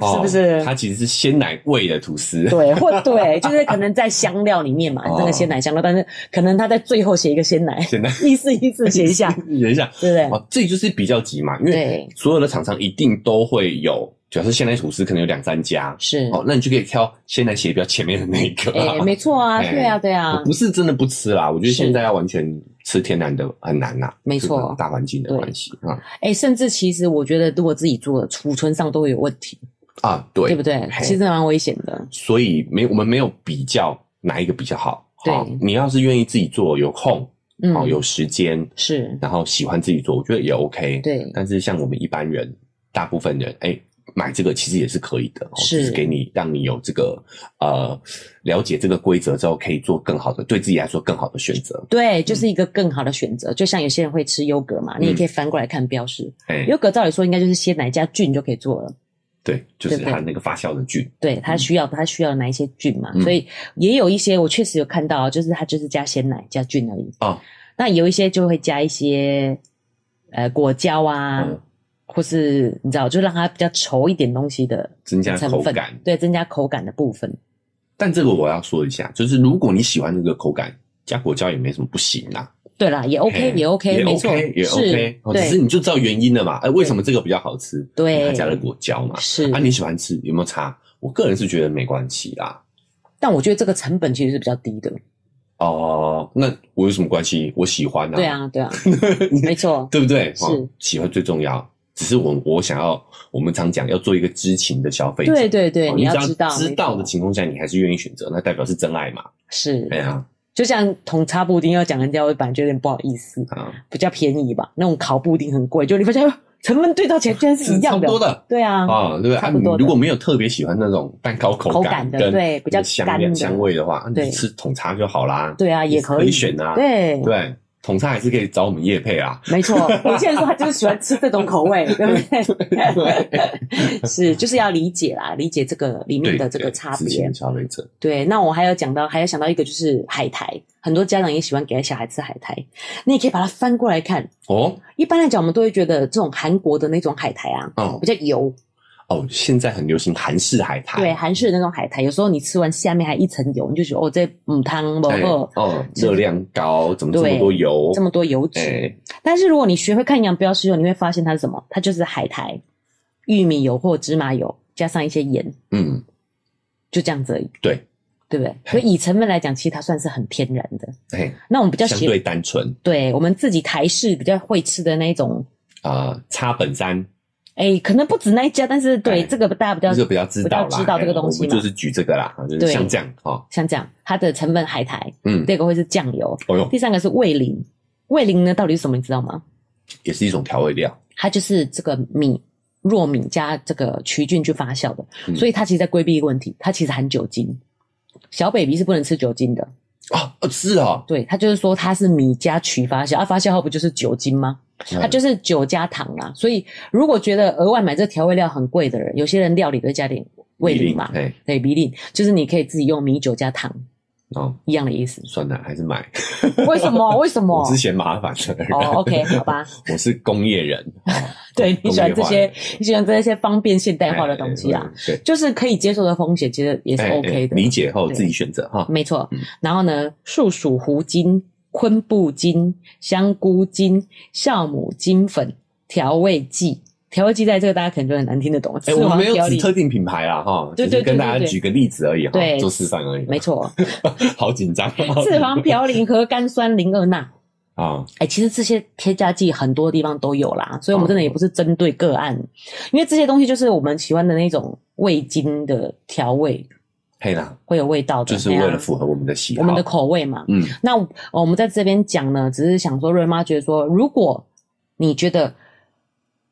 [SPEAKER 2] 哦
[SPEAKER 1] 是不是？
[SPEAKER 2] 它其实是鲜奶味的吐司，
[SPEAKER 1] [LAUGHS]
[SPEAKER 2] [LAUGHS]
[SPEAKER 1] 对，或对，就是可能在香料里面嘛，
[SPEAKER 2] 哦
[SPEAKER 1] 那个鲜奶香料，但是可能他在最后写一个鲜奶， [LAUGHS]
[SPEAKER 2] 鲜奶
[SPEAKER 1] 意思意思写一下，
[SPEAKER 2] 等一下，
[SPEAKER 1] 对不对？
[SPEAKER 2] 哦，这就是比较急嘛，因为
[SPEAKER 1] 对
[SPEAKER 2] 所有的厂商一定都会有，假设鲜奶吐司可能有两三家，
[SPEAKER 1] 是，
[SPEAKER 2] 哦，那你就可以挑鲜奶写标前面的那一个、
[SPEAKER 1] 嗯 [LAUGHS] 哎、
[SPEAKER 2] [LAUGHS] 啊。
[SPEAKER 1] 没错啊，
[SPEAKER 2] 哎
[SPEAKER 1] 对啊，对啊
[SPEAKER 2] 我，不是真的不吃啦，我觉得
[SPEAKER 1] 是
[SPEAKER 2] 现在要完全吃天然的很难呐、
[SPEAKER 1] 没错
[SPEAKER 2] 就是大环境的关系啊
[SPEAKER 1] 哎、甚至其实我觉得，如果自己做的，储存上都会有问题，
[SPEAKER 2] 啊，对
[SPEAKER 1] 对不对？
[SPEAKER 2] 嘿
[SPEAKER 1] 其实蛮危险的，
[SPEAKER 2] 所以没我们没有比较哪一个比较好。
[SPEAKER 1] 对
[SPEAKER 2] 好你要是愿意自己做，有空，
[SPEAKER 1] 嗯，
[SPEAKER 2] 好、哦有时间，
[SPEAKER 1] 是，
[SPEAKER 2] 然后喜欢自己做，我觉得也 OK。嗯
[SPEAKER 1] 对
[SPEAKER 2] 但是像我们一般人，大部分人，哎、买这个其实也是可以的，哦
[SPEAKER 1] 是
[SPEAKER 2] 只是给你让你有这个呃了解这个规则之后，可以做更好的，对自己来说更好的选择。
[SPEAKER 1] 对，就是一个更好的选择。就像有些人会吃优格嘛，
[SPEAKER 2] 嗯
[SPEAKER 1] 你也可以翻过来看标识，
[SPEAKER 2] 哎、
[SPEAKER 1] 优格照理说应该就是鲜奶加菌就可以做了，
[SPEAKER 2] 对，就是
[SPEAKER 1] 对不对
[SPEAKER 2] 它那个发酵的菌，
[SPEAKER 1] 对，它需要它需要哪一些菌嘛，
[SPEAKER 2] 嗯
[SPEAKER 1] 所以也有一些我确实有看到，就是它就是加鲜奶加菌而已。
[SPEAKER 2] 哦，
[SPEAKER 1] 那有一些就会加一些呃果胶啊，
[SPEAKER 2] 嗯
[SPEAKER 1] 或是你知道，就让它比较稠一点东西的
[SPEAKER 2] 增加
[SPEAKER 1] 成
[SPEAKER 2] 口
[SPEAKER 1] 分
[SPEAKER 2] 感。
[SPEAKER 1] 对，增加口感的部分。
[SPEAKER 2] 但这个我要说一下，就是如果你喜欢这个口感，加果胶也没什么不行啦。
[SPEAKER 1] 对啦，也 OK，
[SPEAKER 2] 嘿
[SPEAKER 1] 也 OK，
[SPEAKER 2] 也
[SPEAKER 1] 没错
[SPEAKER 2] OK，也
[SPEAKER 1] 是
[SPEAKER 2] OK，哦只是
[SPEAKER 1] 对，
[SPEAKER 2] 你就知道原因了嘛。哎，为什么这个比较好吃？
[SPEAKER 1] 对
[SPEAKER 2] 因为它加了果胶嘛。
[SPEAKER 1] 是
[SPEAKER 2] 啊，你喜欢吃有没有差？我个人是觉得没关系啦。
[SPEAKER 1] 但我觉得这个成本其实是比较低的。
[SPEAKER 2] 哦，那我有什么关系？我喜欢啊。
[SPEAKER 1] 对，啊，
[SPEAKER 2] [LAUGHS]
[SPEAKER 1] 对啊，没错，
[SPEAKER 2] 对不对？哦
[SPEAKER 1] 是
[SPEAKER 2] 喜欢最重要。只是我我想要，我们常讲要做一个知情的消费者。
[SPEAKER 1] 对对对，
[SPEAKER 2] 哦
[SPEAKER 1] 你要
[SPEAKER 2] 只
[SPEAKER 1] 知道
[SPEAKER 2] 知道的
[SPEAKER 1] 没错
[SPEAKER 2] 情况下，你还是愿意选择，那代表是真爱嘛？
[SPEAKER 1] 是
[SPEAKER 2] 对啊，
[SPEAKER 1] 就像统叉布丁要讲人家，我本来就有点不好意思，
[SPEAKER 2] 啊，
[SPEAKER 1] 比较便宜吧。那种烤布丁很贵，就你发现哎呦成本对照起来居然是一
[SPEAKER 2] 差
[SPEAKER 1] 样
[SPEAKER 2] 不
[SPEAKER 1] 的，
[SPEAKER 2] 多的。
[SPEAKER 1] 对啊，
[SPEAKER 2] 啊，对不对？啊，
[SPEAKER 1] 差
[SPEAKER 2] 你
[SPEAKER 1] 不多的
[SPEAKER 2] 如果没有特别喜欢那种蛋糕口
[SPEAKER 1] 口感的
[SPEAKER 2] 跟
[SPEAKER 1] 对比较
[SPEAKER 2] 香
[SPEAKER 1] 干
[SPEAKER 2] 料
[SPEAKER 1] 的
[SPEAKER 2] 香味的话，啊你
[SPEAKER 1] 对
[SPEAKER 2] 就吃桶叉就好啦。
[SPEAKER 1] 对啊，也
[SPEAKER 2] 可
[SPEAKER 1] 以
[SPEAKER 2] 选啊。
[SPEAKER 1] 对，
[SPEAKER 2] 对，桶叉还是可以找我们叶配啊。
[SPEAKER 1] 没错。有些人说他就是喜欢吃这种口味，对不对？ [LAUGHS] 是，就是要理解啦，理解这个里面
[SPEAKER 2] 对
[SPEAKER 1] 的这个差
[SPEAKER 2] 对知情
[SPEAKER 1] 别
[SPEAKER 2] 的。消费者
[SPEAKER 1] 对，那我还有讲到，还有想到一个就是海苔，很多家长也喜欢给小孩吃海苔，你也可以把它翻过来看。
[SPEAKER 2] 哦
[SPEAKER 1] 一般来讲，我们都会觉得这种韩国的那种海苔啊，
[SPEAKER 2] 哦
[SPEAKER 1] 比较油，
[SPEAKER 2] 哦，现在很流行韩式海苔。哎
[SPEAKER 1] 对，韩式的那种海苔，有时候你吃完下面还一层油，你就觉得哦，这母汤不
[SPEAKER 2] 哎
[SPEAKER 1] 够
[SPEAKER 2] 哦，热量高，怎么这么
[SPEAKER 1] 对
[SPEAKER 2] 多油？
[SPEAKER 1] 这么多油脂。
[SPEAKER 2] 哎，
[SPEAKER 1] 但是如果你学会看营养标识后，你会发现它是什么？它就是海苔、玉米油或芝麻油，加上一些盐，
[SPEAKER 2] 嗯，
[SPEAKER 1] 就这样子而已，
[SPEAKER 2] 对，
[SPEAKER 1] 对不对？所以以成分来讲，其实它算是很天然的。
[SPEAKER 2] 哎，
[SPEAKER 1] 那我们比较
[SPEAKER 2] 相
[SPEAKER 1] 喜
[SPEAKER 2] 对单纯
[SPEAKER 1] 对我们自己台式比较会吃的那一种，
[SPEAKER 2] 啊，差本三
[SPEAKER 1] 哎，可能不止那一家，但是对
[SPEAKER 2] 哎
[SPEAKER 1] 这个大家比较
[SPEAKER 2] 这个比较知道
[SPEAKER 1] 比
[SPEAKER 2] 啦，
[SPEAKER 1] 较知道这个
[SPEAKER 2] 哎
[SPEAKER 1] 东西
[SPEAKER 2] 我
[SPEAKER 1] 嘛
[SPEAKER 2] 们就是举这个啦，啊就是
[SPEAKER 1] 对
[SPEAKER 2] 像这样哦，
[SPEAKER 1] 像这样，它的成分海苔，
[SPEAKER 2] 嗯，
[SPEAKER 1] 第二个会是酱油，
[SPEAKER 2] 哦哟，
[SPEAKER 1] 第三个是味淋。味淋呢到底是什么？你知道吗？
[SPEAKER 2] 也是一种调味料。
[SPEAKER 1] 它就是这个米糯米加这个曲菌去发酵的，
[SPEAKER 2] 嗯
[SPEAKER 1] 所以它其实在规避一个问题，它其实含酒精。小 baby 是不能吃酒精的，
[SPEAKER 2] 啊，哦是哦，
[SPEAKER 1] 对他就是说它是米加曲发酵，啊，发酵后不就是酒精吗？
[SPEAKER 2] 嗯
[SPEAKER 1] 它就是酒加糖啦。所以如果觉得额外买这调味料很贵的人，有些人料理都会加点味
[SPEAKER 2] 米
[SPEAKER 1] 淋
[SPEAKER 2] 粒
[SPEAKER 1] 嘛，
[SPEAKER 2] 哎，
[SPEAKER 1] 对，米粒就是你可以自己用米酒加糖
[SPEAKER 2] 哦，。
[SPEAKER 1] 一样的意思
[SPEAKER 2] 算了，还是买，
[SPEAKER 1] 为什么？为什么
[SPEAKER 2] [LAUGHS] 我？是嫌麻烦的人。
[SPEAKER 1] 哦，OK，好吧，
[SPEAKER 2] [LAUGHS] 我是工业人，哦
[SPEAKER 1] 对你喜欢这些
[SPEAKER 2] 工业化的人，
[SPEAKER 1] 你喜欢这些方便现代化的东西啊，
[SPEAKER 2] 哎，对，
[SPEAKER 1] 就是可以接受的风险，其实也是
[SPEAKER 2] 哎哎
[SPEAKER 1] OK 的。
[SPEAKER 2] 理解后
[SPEAKER 1] 对
[SPEAKER 2] 自己选择哈。
[SPEAKER 1] 没错
[SPEAKER 2] 嗯。
[SPEAKER 1] 然后呢，树薯糊精、昆布精、香菇精、酵母精粉、调味剂。调味剂在这个大家可能就很难听得懂。
[SPEAKER 2] 哎，
[SPEAKER 1] 吃
[SPEAKER 2] 我
[SPEAKER 1] 完
[SPEAKER 2] 没有
[SPEAKER 1] 调
[SPEAKER 2] 指
[SPEAKER 1] 理
[SPEAKER 2] 特定品牌啦哈，
[SPEAKER 1] 对
[SPEAKER 2] 只
[SPEAKER 1] 对对
[SPEAKER 2] 是跟大
[SPEAKER 1] 对
[SPEAKER 2] 家
[SPEAKER 1] 对
[SPEAKER 2] 举个例子而已哈
[SPEAKER 1] 对，
[SPEAKER 2] 做示范而已。
[SPEAKER 1] 没，错，
[SPEAKER 2] [LAUGHS] 好紧张哦。
[SPEAKER 1] 四黄嘌呤和甘酸磷二钠。
[SPEAKER 2] [LAUGHS] 啊，
[SPEAKER 1] 哎、其实这些添加剂很多地方都有啦，所以我们真的也不是针对个案，因为这些东西就是我们喜欢的那种味精的调味，
[SPEAKER 2] 嘿啦，
[SPEAKER 1] 会有味道的，
[SPEAKER 2] 就是
[SPEAKER 1] 哎呀
[SPEAKER 2] 为了符合我们的喜好，
[SPEAKER 1] 我们的口味嘛。
[SPEAKER 2] 嗯，
[SPEAKER 1] 那我我们在这边讲呢，只是想说瑞妈觉得说，如果你觉得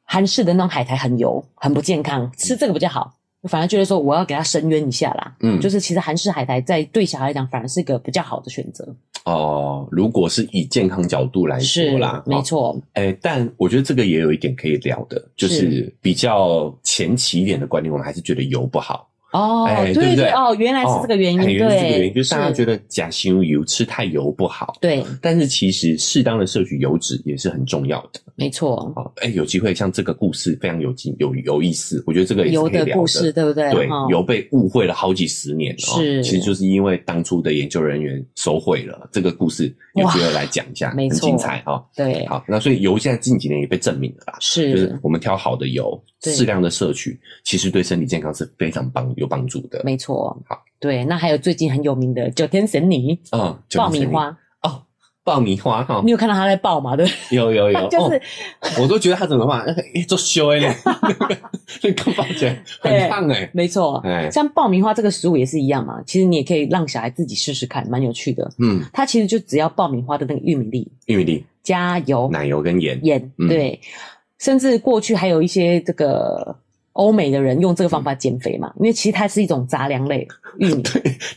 [SPEAKER 1] 韩式的那种海苔很油、很不健康，吃这个比较好。反而觉得说我要给他伸冤一下啦，
[SPEAKER 2] 嗯
[SPEAKER 1] 就是其实韩式海苔在对小孩来讲反而是个比较好的选择，
[SPEAKER 2] 哦，如果是以健康角度来说
[SPEAKER 1] 是
[SPEAKER 2] 啦，
[SPEAKER 1] 没
[SPEAKER 2] 哦
[SPEAKER 1] 错，
[SPEAKER 2] 哎，但我觉得这个也有一点可以聊的，就是比较前期一点的观念，我们还是觉得油不好。
[SPEAKER 1] 哦，
[SPEAKER 2] 哎
[SPEAKER 1] 对
[SPEAKER 2] 对不对
[SPEAKER 1] 哦，原来是这个原因，
[SPEAKER 2] 哦哎
[SPEAKER 1] 对，
[SPEAKER 2] 原来是这个原因，就是大家觉
[SPEAKER 1] 得
[SPEAKER 2] 得假型油吃太油不好，
[SPEAKER 1] 对，
[SPEAKER 2] 但是其实适当的摄取油脂也是很重要的。
[SPEAKER 1] 没错，
[SPEAKER 2] 哦，哎，有机会像这个故事非常有劲有有意思，我觉得这个也是
[SPEAKER 1] 油
[SPEAKER 2] 可以
[SPEAKER 1] 的
[SPEAKER 2] 聊
[SPEAKER 1] 故事，对不对？
[SPEAKER 2] 对
[SPEAKER 1] 哦，
[SPEAKER 2] 油被误会了好几十年哦，
[SPEAKER 1] 是
[SPEAKER 2] 其实就是因为当初的研究人员收贿了，这个故事有机会来讲一下，
[SPEAKER 1] 没
[SPEAKER 2] 很
[SPEAKER 1] 错
[SPEAKER 2] 精彩哦。
[SPEAKER 1] 对，
[SPEAKER 2] 好，那所以油现在近几年也被证明了啦，就是
[SPEAKER 1] 是
[SPEAKER 2] 我们挑好的油，
[SPEAKER 1] 对
[SPEAKER 2] 适量的摄取，其实对身体健康是非常帮有帮助的。
[SPEAKER 1] 没错
[SPEAKER 2] 好，
[SPEAKER 1] 对，那还有最近很有名的九天神女
[SPEAKER 2] 嗯，就
[SPEAKER 1] 爆
[SPEAKER 2] 是
[SPEAKER 1] 米花，
[SPEAKER 2] 哦，爆米花哈
[SPEAKER 1] 你，有看到他在爆吗？对
[SPEAKER 2] [LAUGHS]
[SPEAKER 1] 不对，
[SPEAKER 2] 有有有，
[SPEAKER 1] [LAUGHS] 就是
[SPEAKER 2] 哦我都觉得他怎么嘛，那个诶做
[SPEAKER 1] [LAUGHS]
[SPEAKER 2] 修 [LAUGHS] 哎，那个爆起来很烫哎，
[SPEAKER 1] 没错
[SPEAKER 2] 哎，
[SPEAKER 1] 像爆米花这个食物也是一样嘛。其实你也可以让小孩自己试试看，蛮有趣的。
[SPEAKER 2] 嗯，
[SPEAKER 1] 它其实就只要爆米花的那个玉米粒
[SPEAKER 2] 玉米粒、
[SPEAKER 1] 加油
[SPEAKER 2] 奶油跟盐，
[SPEAKER 1] 盐，
[SPEAKER 2] 嗯
[SPEAKER 1] 对，甚至过去还有一些这个。欧美的人用这个
[SPEAKER 2] 嗯
[SPEAKER 1] 方法减肥嘛，因为其实它是一种杂粮类玉米，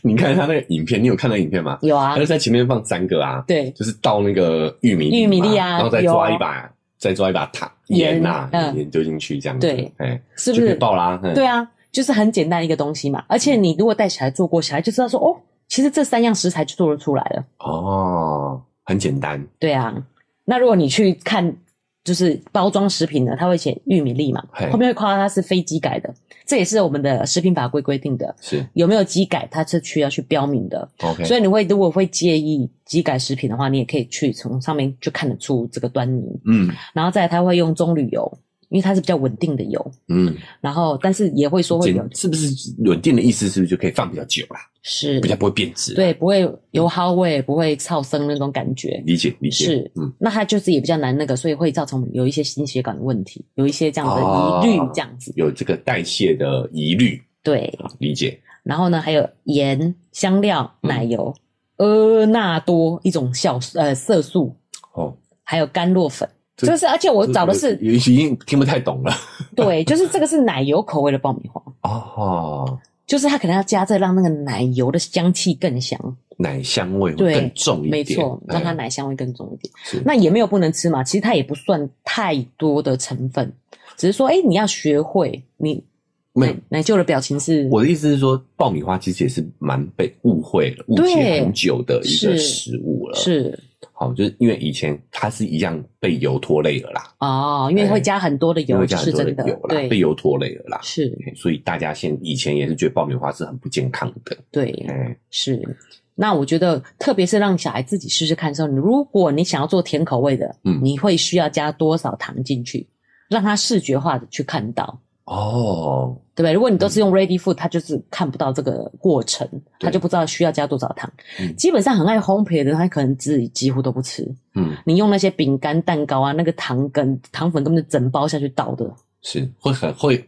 [SPEAKER 2] 你看他那个影片，你有看那个影片吗？
[SPEAKER 1] 有啊
[SPEAKER 2] 他，就在前面放三个啊，
[SPEAKER 1] 对，
[SPEAKER 2] 就是倒那个玉米
[SPEAKER 1] 玉米
[SPEAKER 2] 嘛
[SPEAKER 1] 粒啊
[SPEAKER 2] 然后再
[SPEAKER 1] 有
[SPEAKER 2] 抓一把，再抓一把糖盐呐
[SPEAKER 1] 盐嗯，
[SPEAKER 2] 盐丢进去这样子，
[SPEAKER 1] 对
[SPEAKER 2] 哎，
[SPEAKER 1] 是不
[SPEAKER 2] 就可以
[SPEAKER 1] 是？
[SPEAKER 2] 爆嗯啦，嗯
[SPEAKER 1] 对啊，就是很简单一个东西嘛。而且你如果带小孩做过，小孩就知道说，哦，其实这三样食材就做得出来了。
[SPEAKER 2] 哦，很简单，
[SPEAKER 1] 对啊，那如果你去看就是包装食品呢，它会写玉米粒嘛
[SPEAKER 2] 嘿，
[SPEAKER 1] 后面会夸它是非机改的，这也是我们的食品法规规定的。
[SPEAKER 2] 是
[SPEAKER 1] 有没有机改，它是需要去标明的。
[SPEAKER 2] OK。
[SPEAKER 1] 所以你会如果会介意机改食品的话，你也可以去从上面就看得出这个端倪。
[SPEAKER 2] 嗯
[SPEAKER 1] 然后再来，它会用棕榈油，因为它是比较稳定的油。
[SPEAKER 2] 嗯，
[SPEAKER 1] 然后，但是也会说会有
[SPEAKER 2] 简是不是稳定的意思？是不是就可以放比较久啦，
[SPEAKER 1] 是
[SPEAKER 2] 比较不会变质？，啊
[SPEAKER 1] 对，不会油耗味，不会燥生那种感觉。
[SPEAKER 2] 理解理解。
[SPEAKER 1] 是
[SPEAKER 2] 嗯，
[SPEAKER 1] 那它就是也比较难那个，所以会造成有一些心血管的问题，有一些这样的疑虑
[SPEAKER 2] 哦，
[SPEAKER 1] 这样子。
[SPEAKER 2] 有这个代谢的疑虑
[SPEAKER 1] 对，
[SPEAKER 2] 啊，理解。
[SPEAKER 1] 然后呢，还有盐、香料、
[SPEAKER 2] 嗯
[SPEAKER 1] 奶油、阿纳多一种酵素呃色素，
[SPEAKER 2] 哦，
[SPEAKER 1] 还有甘洛粉。
[SPEAKER 2] 这
[SPEAKER 1] 就是，而且我找的是
[SPEAKER 2] 已经听不太懂了。
[SPEAKER 1] 对，就是这个是奶油口味的爆米花，
[SPEAKER 2] 哦，
[SPEAKER 1] 就是它可能要加这让那个奶油的香气更香，
[SPEAKER 2] 奶香味会
[SPEAKER 1] 对
[SPEAKER 2] 更重一点，
[SPEAKER 1] 没错，让它
[SPEAKER 2] 哎
[SPEAKER 1] 奶香味更重一点。
[SPEAKER 2] 是
[SPEAKER 1] 那也没有不能吃嘛，其实它也不算太多的成分，只是说，哎、你要学会你
[SPEAKER 2] 没
[SPEAKER 1] 奶
[SPEAKER 2] 有
[SPEAKER 1] 奶舅的表情是，
[SPEAKER 2] 我的意思是说，爆米花其实也是蛮被误会了、误解
[SPEAKER 1] 对
[SPEAKER 2] 很久的一个
[SPEAKER 1] 是
[SPEAKER 2] 食物了。，
[SPEAKER 1] 是
[SPEAKER 2] 好，就是因为以前它是一样被油拖累了啦，
[SPEAKER 1] 哦，因为
[SPEAKER 2] 哎
[SPEAKER 1] 会加很多的
[SPEAKER 2] 因
[SPEAKER 1] 油，
[SPEAKER 2] 为
[SPEAKER 1] 这
[SPEAKER 2] 加
[SPEAKER 1] 是
[SPEAKER 2] 很多的
[SPEAKER 1] 真的
[SPEAKER 2] 油，啦，被
[SPEAKER 1] 对，
[SPEAKER 2] 油拖累了啦。哎
[SPEAKER 1] 是，
[SPEAKER 2] 所以大家现以前也是觉得爆米花是很不健康的，
[SPEAKER 1] 对，
[SPEAKER 2] 哎，
[SPEAKER 1] 是。那我觉得，特别是让小孩自己试试看的时候，你如果你想要做甜口味的，
[SPEAKER 2] 嗯
[SPEAKER 1] 你会需要加多少糖进去，让他视觉化的去看到。
[SPEAKER 2] 哦，
[SPEAKER 1] 对不对？如果你都是用 ready food，、他就是看不到这个过程，
[SPEAKER 2] 对
[SPEAKER 1] 他就不知道需要加多少糖。
[SPEAKER 2] 嗯
[SPEAKER 1] 基本上很爱烘焙的人，他可能自己几乎都不吃。
[SPEAKER 2] 嗯，
[SPEAKER 1] 你用那些饼干、蛋糕啊，那个糖跟糖粉根本就整包下去倒的。
[SPEAKER 2] 是会很会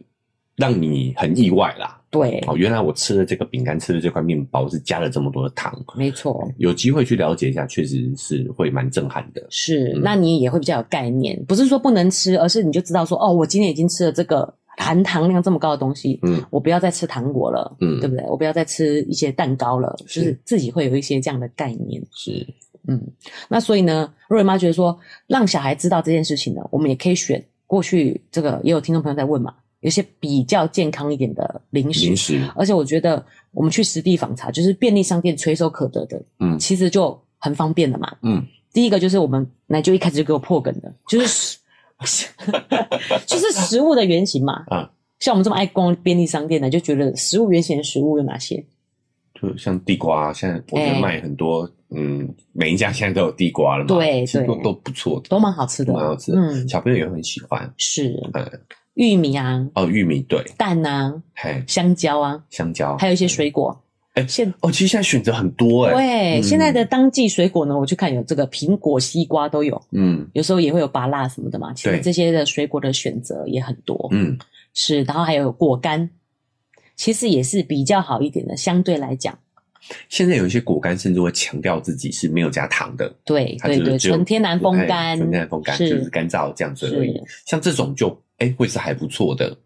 [SPEAKER 2] 让你很意外啦。
[SPEAKER 1] 对，
[SPEAKER 2] 哦，原来我吃的这个饼干，吃的这块面包是加了这么多的糖，
[SPEAKER 1] 没错，
[SPEAKER 2] 有机会去了解一下，确实是会蛮震撼的。
[SPEAKER 1] 是。
[SPEAKER 2] 嗯
[SPEAKER 1] 那你也会比较有概念，不是说不能吃，而是你就知道说，哦，我今天已经吃了这个。含糖量这么高的东西，
[SPEAKER 3] 嗯
[SPEAKER 1] 我不要再吃糖果了，
[SPEAKER 3] 嗯
[SPEAKER 1] 对不对？我不要再吃一些蛋糕了，
[SPEAKER 3] 是
[SPEAKER 1] 就是自己会有一些这样的概念，
[SPEAKER 3] 是
[SPEAKER 1] 嗯。那所以呢，瑞妈觉得说，让小孩知道这件事情呢，我们也可以选过去这个也有听众朋友在问嘛，有些比较健康一点的零食，
[SPEAKER 2] 零食
[SPEAKER 1] 而且我觉得我们去实地访查，就是便利商店垂手可得的，
[SPEAKER 3] 嗯
[SPEAKER 1] 其实就很方便了嘛。
[SPEAKER 3] 嗯，
[SPEAKER 1] 第一个就是我们奶就一开始就给我破梗的，就是食 [LAUGHS] 就是食物的原型嘛。
[SPEAKER 2] 啊，
[SPEAKER 1] 像我们这么爱逛便利商店的，就觉得食物原型的食物有哪些？
[SPEAKER 2] 就像地瓜、啊现在我觉
[SPEAKER 1] 哎
[SPEAKER 2] 得卖很多，嗯，每一家现在都有地瓜了嘛，
[SPEAKER 1] 对
[SPEAKER 2] 其实都
[SPEAKER 1] 对
[SPEAKER 2] 都不错的，
[SPEAKER 1] 都蛮好吃的
[SPEAKER 2] 都蛮好吃
[SPEAKER 1] 嗯
[SPEAKER 2] 的，小朋友也很喜欢。
[SPEAKER 1] 是
[SPEAKER 2] 嗯，
[SPEAKER 1] 玉米啊、
[SPEAKER 2] 哦，玉米对，
[SPEAKER 1] 蛋啊、
[SPEAKER 2] 嘿，
[SPEAKER 1] 香蕉啊，
[SPEAKER 2] 香蕉，
[SPEAKER 1] 还有一些水果。
[SPEAKER 2] 哦嗯哎
[SPEAKER 1] 现
[SPEAKER 2] 哦，其实现在选择很多哎，
[SPEAKER 1] 对、
[SPEAKER 2] 嗯
[SPEAKER 1] 现在的当季水果呢，我去看有这个苹果、西瓜都有。
[SPEAKER 2] 嗯
[SPEAKER 1] 有时候也会有芭辣什么的嘛。其实
[SPEAKER 2] 对
[SPEAKER 1] 这些的水果的选择也很多，
[SPEAKER 2] 嗯，
[SPEAKER 1] 是，然后还有果干，其实也是比较好一点的，相对来讲，
[SPEAKER 2] 现在有一些果干甚至会强调自己是没有加糖的，
[SPEAKER 1] 对
[SPEAKER 2] 它
[SPEAKER 1] 对
[SPEAKER 2] 就是
[SPEAKER 1] 对，
[SPEAKER 2] 只有
[SPEAKER 1] 纯天然风干，
[SPEAKER 2] 哎纯天然风干
[SPEAKER 1] 是
[SPEAKER 2] 就是干燥这样子而已
[SPEAKER 1] 是。
[SPEAKER 2] 像这种就哎、会是还不错的，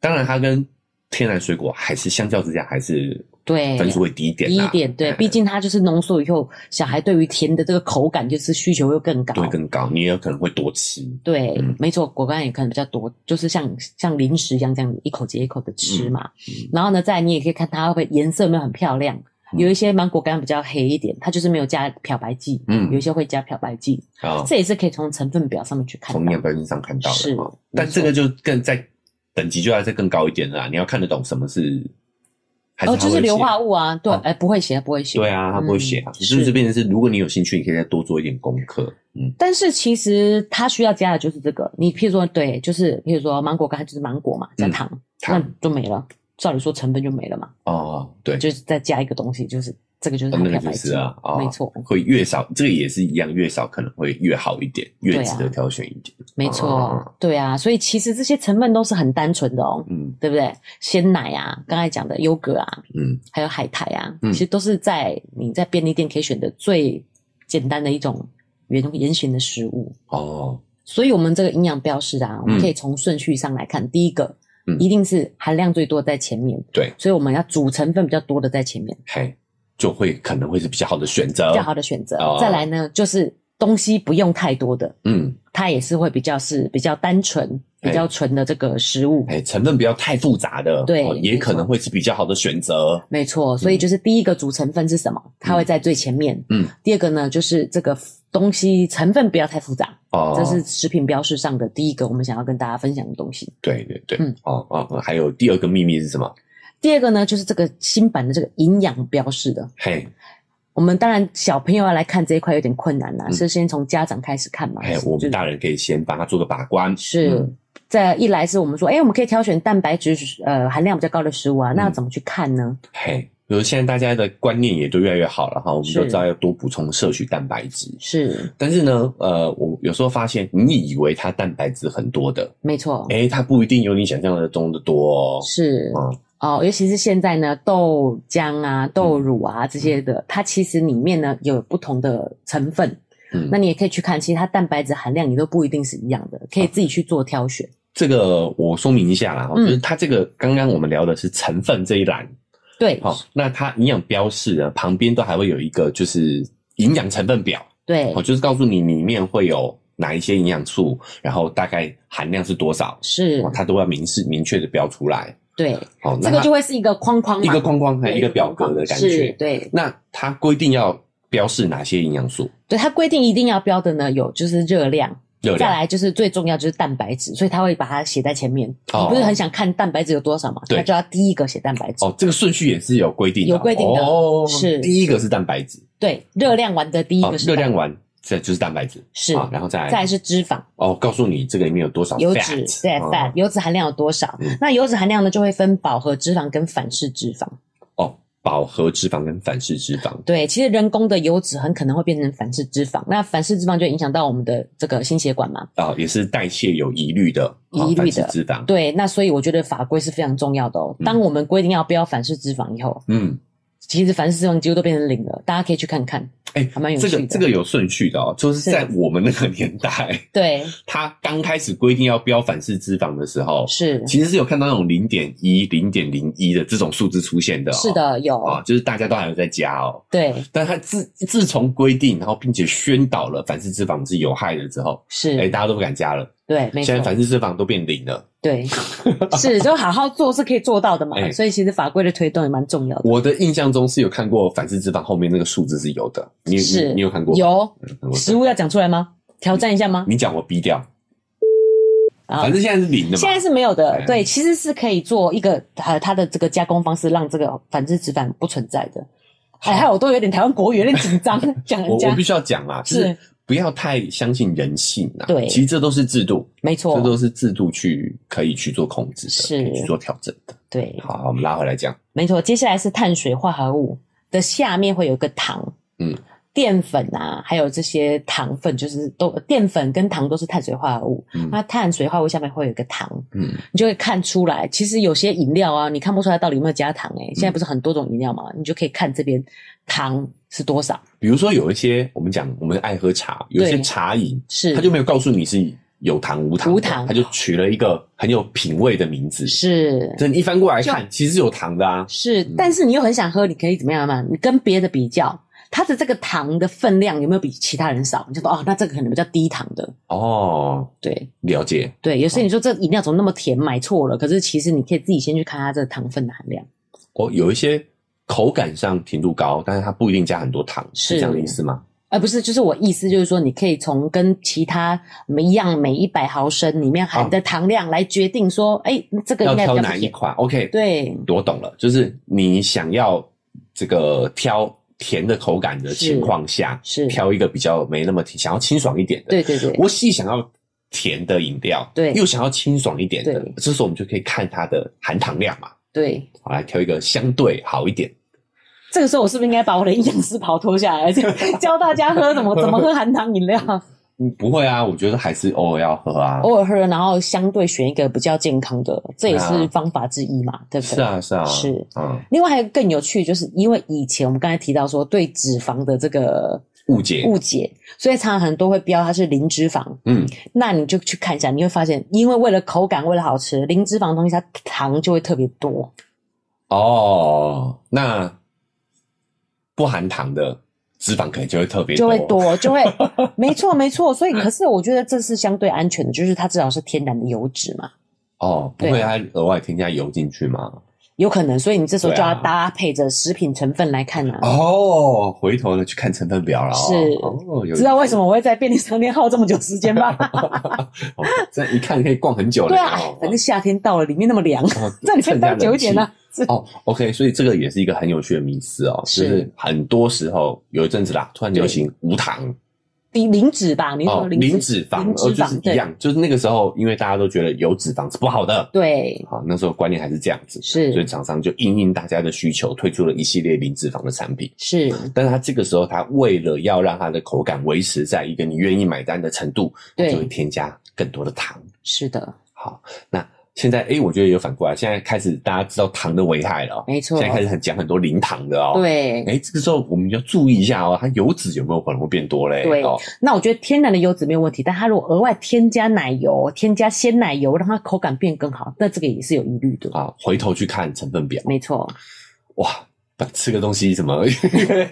[SPEAKER 2] 当然它跟天然水果还是相较之下还是
[SPEAKER 1] 对
[SPEAKER 2] 分数会低一点
[SPEAKER 1] 哎低
[SPEAKER 2] 啦，
[SPEAKER 1] 一点，对，
[SPEAKER 2] 哎
[SPEAKER 1] 毕竟它就是浓缩以后，小孩对于甜的这个口感就是需求又更高
[SPEAKER 2] 都。会更高，你也有可能会多吃。
[SPEAKER 1] 对，
[SPEAKER 2] 嗯
[SPEAKER 1] 没错，果干也可能比较多，就是像像零食一样这样子一口接一口的吃嘛。
[SPEAKER 2] 嗯嗯
[SPEAKER 1] 然后呢，再来你也可以看它会不会颜色有没有很漂亮。
[SPEAKER 2] 嗯
[SPEAKER 1] 有一些芒果干比较黑一点，它就是没有加漂白剂，
[SPEAKER 2] 嗯
[SPEAKER 1] 有一些会加漂白剂，
[SPEAKER 2] 啊，
[SPEAKER 1] 这也是可以从成分表上面去看
[SPEAKER 2] 从
[SPEAKER 1] 到
[SPEAKER 2] 量。表现上看到
[SPEAKER 1] 是
[SPEAKER 2] 的哈，但这个就更在等级就要再更高一点了啦，你要看得懂什么是，还是
[SPEAKER 1] 哦，
[SPEAKER 2] 它会
[SPEAKER 1] 就是硫化
[SPEAKER 2] 写。
[SPEAKER 1] 物啊，对，哎、
[SPEAKER 2] 哦
[SPEAKER 1] 不会写，不会写。
[SPEAKER 2] 对啊，他不会写啊，
[SPEAKER 1] 嗯
[SPEAKER 2] 就是是变成是，如果你有兴趣，你可以再多做一点功课。嗯，
[SPEAKER 1] 但是其实它需要加的就是这个，你譬如说，对，就是譬如说芒果干，它就是芒果嘛，加
[SPEAKER 2] 嗯
[SPEAKER 1] 糖，
[SPEAKER 2] 糖
[SPEAKER 1] 那就没了。照理说成分就没了嘛，
[SPEAKER 2] 哦，对，
[SPEAKER 1] 就是再加一个东西，就是这个就是它
[SPEAKER 2] 那
[SPEAKER 1] 漂
[SPEAKER 2] 个
[SPEAKER 1] 白
[SPEAKER 2] 就
[SPEAKER 1] 剂，
[SPEAKER 2] 是啊，哦
[SPEAKER 1] 没错，
[SPEAKER 2] 会越少，这个也是一样，越少可能会越好一点，越
[SPEAKER 1] 对啊
[SPEAKER 2] 值得挑选一点。
[SPEAKER 1] 没错，
[SPEAKER 2] 哦
[SPEAKER 1] 对啊，所以其实这些成分都是很单纯的哦，
[SPEAKER 2] 嗯
[SPEAKER 1] 对不对？鲜奶啊，刚才讲的优格啊，
[SPEAKER 2] 嗯，
[SPEAKER 1] 还有海苔啊，
[SPEAKER 2] 嗯
[SPEAKER 1] 其实都是在你在便利店可以选的最简单的一种原原型的食物。
[SPEAKER 2] 哦，
[SPEAKER 1] 所以，我们这个营养标示啊，我们可以从顺序上来看，第一个
[SPEAKER 2] 嗯
[SPEAKER 1] 一定是含量最多在前面，
[SPEAKER 2] 对，
[SPEAKER 1] 所以我们要主成分比较多的在前面，
[SPEAKER 2] 嘿，就会可能会是比较好的选择
[SPEAKER 1] 比较。好的选择。
[SPEAKER 2] 哦
[SPEAKER 1] 再来呢，就是东西不用太多的，
[SPEAKER 2] 嗯，
[SPEAKER 1] 它也是会比较是比较单纯、
[SPEAKER 2] 哎
[SPEAKER 1] 比较纯的这个食物。
[SPEAKER 2] 哎，成分不要太复杂的，
[SPEAKER 1] 对
[SPEAKER 2] 哦也可能会是比较好的选择。
[SPEAKER 1] 没错，所以就是第一个主成分是什么，它会在最前面。
[SPEAKER 2] 嗯，
[SPEAKER 1] 第二个呢，就是这个东西成分不要太复杂，
[SPEAKER 2] 哦，
[SPEAKER 1] 这是食品标示上的第一个我们想要跟大家分享的东西。
[SPEAKER 2] 对对对，
[SPEAKER 1] 嗯
[SPEAKER 2] 哦哦，哦还有第二个秘密是什么？
[SPEAKER 1] 第二个呢，就是这个新版的这个营养标示的，
[SPEAKER 2] 嘿，
[SPEAKER 1] 我们当然小朋友要来看这一块有点困难啦、
[SPEAKER 2] 嗯
[SPEAKER 1] 是先从家长开始看嘛。
[SPEAKER 2] 哎
[SPEAKER 1] 啊是，
[SPEAKER 2] 我
[SPEAKER 1] 就
[SPEAKER 2] 们大人可以先帮他做个把关。
[SPEAKER 1] 是
[SPEAKER 2] 嗯
[SPEAKER 1] 再一来是我们说，哎，我们可以挑选蛋白质呃含量比较高的食物啊，
[SPEAKER 2] 嗯
[SPEAKER 1] 那要怎么去看呢？
[SPEAKER 2] 嘿，比如现在大家的观念也都越来越好了哈，我们
[SPEAKER 1] 是
[SPEAKER 2] 都知道要多补充摄取蛋白质。
[SPEAKER 1] 是
[SPEAKER 2] 但是呢，呃，我有时候发现，你以为它蛋白质很多的，
[SPEAKER 1] 没错，
[SPEAKER 2] 哎，它不一定有你想象的中的多哦。
[SPEAKER 1] 是
[SPEAKER 2] 嗯
[SPEAKER 1] 哦，尤其是现在呢，豆浆啊、豆乳啊这些的，它其实里面呢有不同的成分。
[SPEAKER 2] 嗯
[SPEAKER 1] 那你也可以去看，其实它蛋白质含量也都不一定是一样的，可以自己去做挑选。
[SPEAKER 2] 这个我说明一下啦，哦
[SPEAKER 1] 嗯
[SPEAKER 2] 就是它这个刚刚我们聊的是成分这一栏，
[SPEAKER 1] 对，
[SPEAKER 2] 好、那它营养标示呢旁边都还会有一个就是营养成分表，
[SPEAKER 1] 对
[SPEAKER 2] 哦，，就是告诉你里面会有哪一些营养素，然后大概含量是多少，
[SPEAKER 1] 是
[SPEAKER 2] 哦，，它都要明示明确的标出来。
[SPEAKER 1] 对，
[SPEAKER 2] 哦，那
[SPEAKER 1] 这个
[SPEAKER 2] 它
[SPEAKER 1] 就会是一个框框嘛，
[SPEAKER 2] 一个框框，还有
[SPEAKER 1] 对
[SPEAKER 2] 一个表格的感
[SPEAKER 1] 是
[SPEAKER 2] 觉。
[SPEAKER 1] 对
[SPEAKER 2] 那它规定要标示哪些营养素？
[SPEAKER 1] 对，它规定一定要标的呢有就是热量。
[SPEAKER 2] 热
[SPEAKER 1] 再
[SPEAKER 2] 量，
[SPEAKER 1] 来就是最重要就是蛋白质，所以它会把它写在前面。
[SPEAKER 2] 哦
[SPEAKER 1] 你不是很想看蛋白质有多少吗？
[SPEAKER 2] 对
[SPEAKER 1] 它就要第一个写蛋白质。
[SPEAKER 2] 哦，这个顺序也是有规定的，
[SPEAKER 1] 有规定的
[SPEAKER 2] 哦。
[SPEAKER 1] 是
[SPEAKER 2] 第一个是蛋白质，
[SPEAKER 1] 对，热量完的第一
[SPEAKER 2] 哦
[SPEAKER 1] 个，是
[SPEAKER 2] 热
[SPEAKER 1] 蛋
[SPEAKER 2] 量完，这就是蛋白质
[SPEAKER 1] 是，
[SPEAKER 2] 啊，然后再来
[SPEAKER 1] 再来是脂肪、
[SPEAKER 2] 哦，告诉你这个里面有多少
[SPEAKER 1] 油
[SPEAKER 2] fat，
[SPEAKER 1] 脂，对
[SPEAKER 2] 哦
[SPEAKER 1] fat 油脂含量有多少
[SPEAKER 2] 嗯？
[SPEAKER 1] 那油脂含量呢就会分饱和脂肪跟反式脂肪。
[SPEAKER 2] 哦，饱和脂肪跟反式脂肪，
[SPEAKER 1] 对，其实人工的油脂很可能会变成反式脂肪，那反式脂肪就影响到我们的这个心血管嘛。
[SPEAKER 2] 啊、也是代谢有疑虑的，哦
[SPEAKER 1] 疑虑的
[SPEAKER 2] 反式脂肪。
[SPEAKER 1] 对，那所以我觉得法规是非常重要的哦。当我们规定要标反式脂肪以后，
[SPEAKER 2] 嗯，
[SPEAKER 1] 其实反式脂肪几乎都变成零了，大家可以去看看。
[SPEAKER 2] 哎、
[SPEAKER 1] 还蛮有
[SPEAKER 2] 这
[SPEAKER 1] 趣的
[SPEAKER 2] 个这个有顺序的哦，就是
[SPEAKER 1] 是
[SPEAKER 2] 在我们那个年代， [LAUGHS]
[SPEAKER 1] 对，
[SPEAKER 2] 它刚开始规定要标反式脂肪的时候，
[SPEAKER 1] 是
[SPEAKER 2] 其实是有看到那种零点一、零点零一的这种数字出现的、哦，
[SPEAKER 1] 是的，有
[SPEAKER 2] 啊、就是大家都还有在加哦。
[SPEAKER 1] 对
[SPEAKER 2] 但它自自从规定，然后并且宣导了反式脂肪是有害的之后，哎、
[SPEAKER 1] 是，
[SPEAKER 2] 大家都不敢加了。
[SPEAKER 1] 对，没
[SPEAKER 2] 现在
[SPEAKER 1] 错
[SPEAKER 2] 反，式脂肪都变零了。 [LAUGHS]
[SPEAKER 1] 对，是就好好做是可以做到的嘛
[SPEAKER 2] 哎，
[SPEAKER 1] 所以其实法规的推动也蛮重要的。
[SPEAKER 2] 我的印象中是有看过反式脂肪后面那个数字是有的，你
[SPEAKER 1] 是
[SPEAKER 2] 你你有看过？
[SPEAKER 1] 有
[SPEAKER 2] 嗯，看过
[SPEAKER 1] 食物要讲出来吗？挑战一下吗？
[SPEAKER 2] 你讲我逼掉，
[SPEAKER 1] 啊
[SPEAKER 2] 嗯反正现在是零的嘛。
[SPEAKER 1] 现在是没有的
[SPEAKER 2] 哎，
[SPEAKER 1] 对，其实是可以做一个呃，它的这个加工方式让这个反式脂肪不存在的。哎，害我都有点台湾国语有点紧
[SPEAKER 2] [LAUGHS]
[SPEAKER 1] 张，讲
[SPEAKER 2] 我
[SPEAKER 1] 人
[SPEAKER 2] 我
[SPEAKER 1] 家
[SPEAKER 2] 必须要讲啊，就是
[SPEAKER 1] 是
[SPEAKER 2] 不要太相信人性啊。
[SPEAKER 1] 对
[SPEAKER 2] 其实这都是制度，
[SPEAKER 1] 没
[SPEAKER 2] 这
[SPEAKER 1] 错，
[SPEAKER 2] 都是制度去可以去做控制的，
[SPEAKER 1] 是
[SPEAKER 2] 可以去做调整的。
[SPEAKER 1] 对，
[SPEAKER 2] 好，我们拉回来讲，
[SPEAKER 1] 没错。接下来是碳水化合物的下面会有一个糖，
[SPEAKER 2] 嗯，
[SPEAKER 1] 淀粉啊，还有这些糖分，就是都淀粉跟糖都是碳水化合物。
[SPEAKER 2] 嗯
[SPEAKER 1] 那碳水化合物下面会有一个糖，
[SPEAKER 2] 嗯，
[SPEAKER 1] 你就会看出来，其实有些饮料啊，你看不出来到底有没有加糖、欸。现在不是很多种饮料嘛，你就可以看这边糖是多少，
[SPEAKER 2] 比如说有一些我们讲我们爱喝茶，有一些
[SPEAKER 1] 对
[SPEAKER 2] 茶饮，
[SPEAKER 1] 是
[SPEAKER 2] 他就没有告诉你是有糖无糖的，
[SPEAKER 1] 无糖
[SPEAKER 2] 他就取了一个很有品味的名字。
[SPEAKER 1] 是
[SPEAKER 2] 这你一翻过来看，其实有糖的啊。
[SPEAKER 1] 是，但是你又很想喝，你可以怎么样嘛？你跟别的比较，它的这个糖的分量有没有比其他人少？你就说哦，那这个可能比较低糖的。
[SPEAKER 2] 哦，
[SPEAKER 1] 对
[SPEAKER 2] 了解。
[SPEAKER 1] 对，有时候你说这饮料怎么那么甜，买错了。可是其实你可以自己先去看它这个糖分的含量。
[SPEAKER 2] 哦，有一些口感上甜度高，但是它不一定加很多糖，
[SPEAKER 1] 是
[SPEAKER 2] 是这样的意思吗？
[SPEAKER 1] 而不是，就是我意思就是说，你可以从跟其他一样每一百毫升里面含的糖量来决定说，哎、这个
[SPEAKER 2] 啊要
[SPEAKER 1] 应该比
[SPEAKER 2] 挑
[SPEAKER 1] 较
[SPEAKER 2] 哪
[SPEAKER 1] 不
[SPEAKER 2] 一
[SPEAKER 1] 甜。
[SPEAKER 2] 款？OK，，
[SPEAKER 1] 对，
[SPEAKER 2] 我懂了，就是你想要这个挑甜的口感的
[SPEAKER 1] 是
[SPEAKER 2] 情况下，
[SPEAKER 1] 是
[SPEAKER 2] 挑一个比较没那么甜，想要清爽一点的。
[SPEAKER 1] 对对对，
[SPEAKER 2] 我既想要甜的饮料，
[SPEAKER 1] 对
[SPEAKER 2] 又想要清爽一点的，
[SPEAKER 1] 对
[SPEAKER 2] 这时候我们就可以看它的含糖量嘛，
[SPEAKER 1] 对。
[SPEAKER 2] 好来挑一个相对好一点。
[SPEAKER 1] 这个时候我是不是应该把我的营养师袍脱下来， [LAUGHS] 教大家喝怎么怎么喝含糖饮料？
[SPEAKER 2] 嗯，不会啊，我觉得还是偶尔要喝啊。
[SPEAKER 1] 偶尔喝，然后相对选一个比较健康的，这也
[SPEAKER 2] 对啊
[SPEAKER 1] 是方法之一嘛，对不对？
[SPEAKER 2] 是。啊，是啊，
[SPEAKER 1] 是
[SPEAKER 2] 嗯，
[SPEAKER 1] 另外还有更有趣，就是因为以前我们刚才提到说对脂肪的这个
[SPEAKER 2] 误解，
[SPEAKER 1] 误解，所以常常很多会标它是零脂肪。
[SPEAKER 2] 嗯，
[SPEAKER 1] 那你就去看一下，你会发现，因为为了口感，为了好吃，零脂肪的东西它糖就会特别多。
[SPEAKER 2] 哦，那不含糖的脂肪可能就会特别嗯
[SPEAKER 1] 就会多，就会
[SPEAKER 2] [LAUGHS]
[SPEAKER 1] 没错没错。所以，可是我觉得这是相对安全的，就是它至少是天然的油脂嘛，
[SPEAKER 2] 哦，不
[SPEAKER 1] 对
[SPEAKER 2] 会它额外添加油进去吗？
[SPEAKER 1] 有可能。所以你这时候就要
[SPEAKER 2] 对啊
[SPEAKER 1] 搭配着食品成分来看啊。
[SPEAKER 2] 哦，回头呢去看成分表了哦，
[SPEAKER 1] 是
[SPEAKER 2] 哦，有
[SPEAKER 1] 知道为什么我会在便利商店耗这么久时间吧？
[SPEAKER 2] [LAUGHS] 哦，这样一看可以逛很久了
[SPEAKER 1] 对
[SPEAKER 2] [LAUGHS] 哦，
[SPEAKER 1] 啊，哎反正夏天到了，里面那么凉， [LAUGHS]
[SPEAKER 2] 哦
[SPEAKER 1] 在里面待久一点呢、。
[SPEAKER 2] 趁下冷气哦，OK，所以这个也是一个很有趣的迷思哦，就是是很多时候有一阵子啦，突然流行无糖
[SPEAKER 1] 比零脂吧，你
[SPEAKER 2] 哦
[SPEAKER 1] 说，
[SPEAKER 2] 零
[SPEAKER 1] 脂
[SPEAKER 2] 脂肪
[SPEAKER 1] 零，
[SPEAKER 2] 哦，
[SPEAKER 1] 脂
[SPEAKER 2] 就是
[SPEAKER 1] 肪
[SPEAKER 2] 一样，就是那个时候，因为大家都觉得有脂肪是不好的，
[SPEAKER 1] 对，
[SPEAKER 2] 好，那时候观念还是这样子，所以
[SPEAKER 1] 是
[SPEAKER 2] 厂商就应应大家的需求，推出了一系列零脂肪的产品。
[SPEAKER 1] 是
[SPEAKER 2] 但是它这个时候，它为了要让它的口感维持在一个你愿意买单的程度，它
[SPEAKER 1] 对
[SPEAKER 2] 就会添加更多的糖。
[SPEAKER 1] 是的，
[SPEAKER 2] 好，那现在诶，我觉得有反过来，现在开始大家知道糖的危害了哦，
[SPEAKER 1] 没错
[SPEAKER 2] 现在开始很讲很多零糖的哦。，
[SPEAKER 1] 对。
[SPEAKER 2] 诶，这个时候我们就要注意一下哦，它油脂有没有可能会变多嘞？
[SPEAKER 1] 对
[SPEAKER 2] 哦，
[SPEAKER 1] 那我觉得天然的油脂没有问题，但它如果额外添加奶油、添加鲜奶油，让它口感变更好，那这个也是有疑虑的。
[SPEAKER 2] 啊，回头去看成分表，
[SPEAKER 1] 没错，
[SPEAKER 2] 嗯哇，吃个东西怎么 [LAUGHS]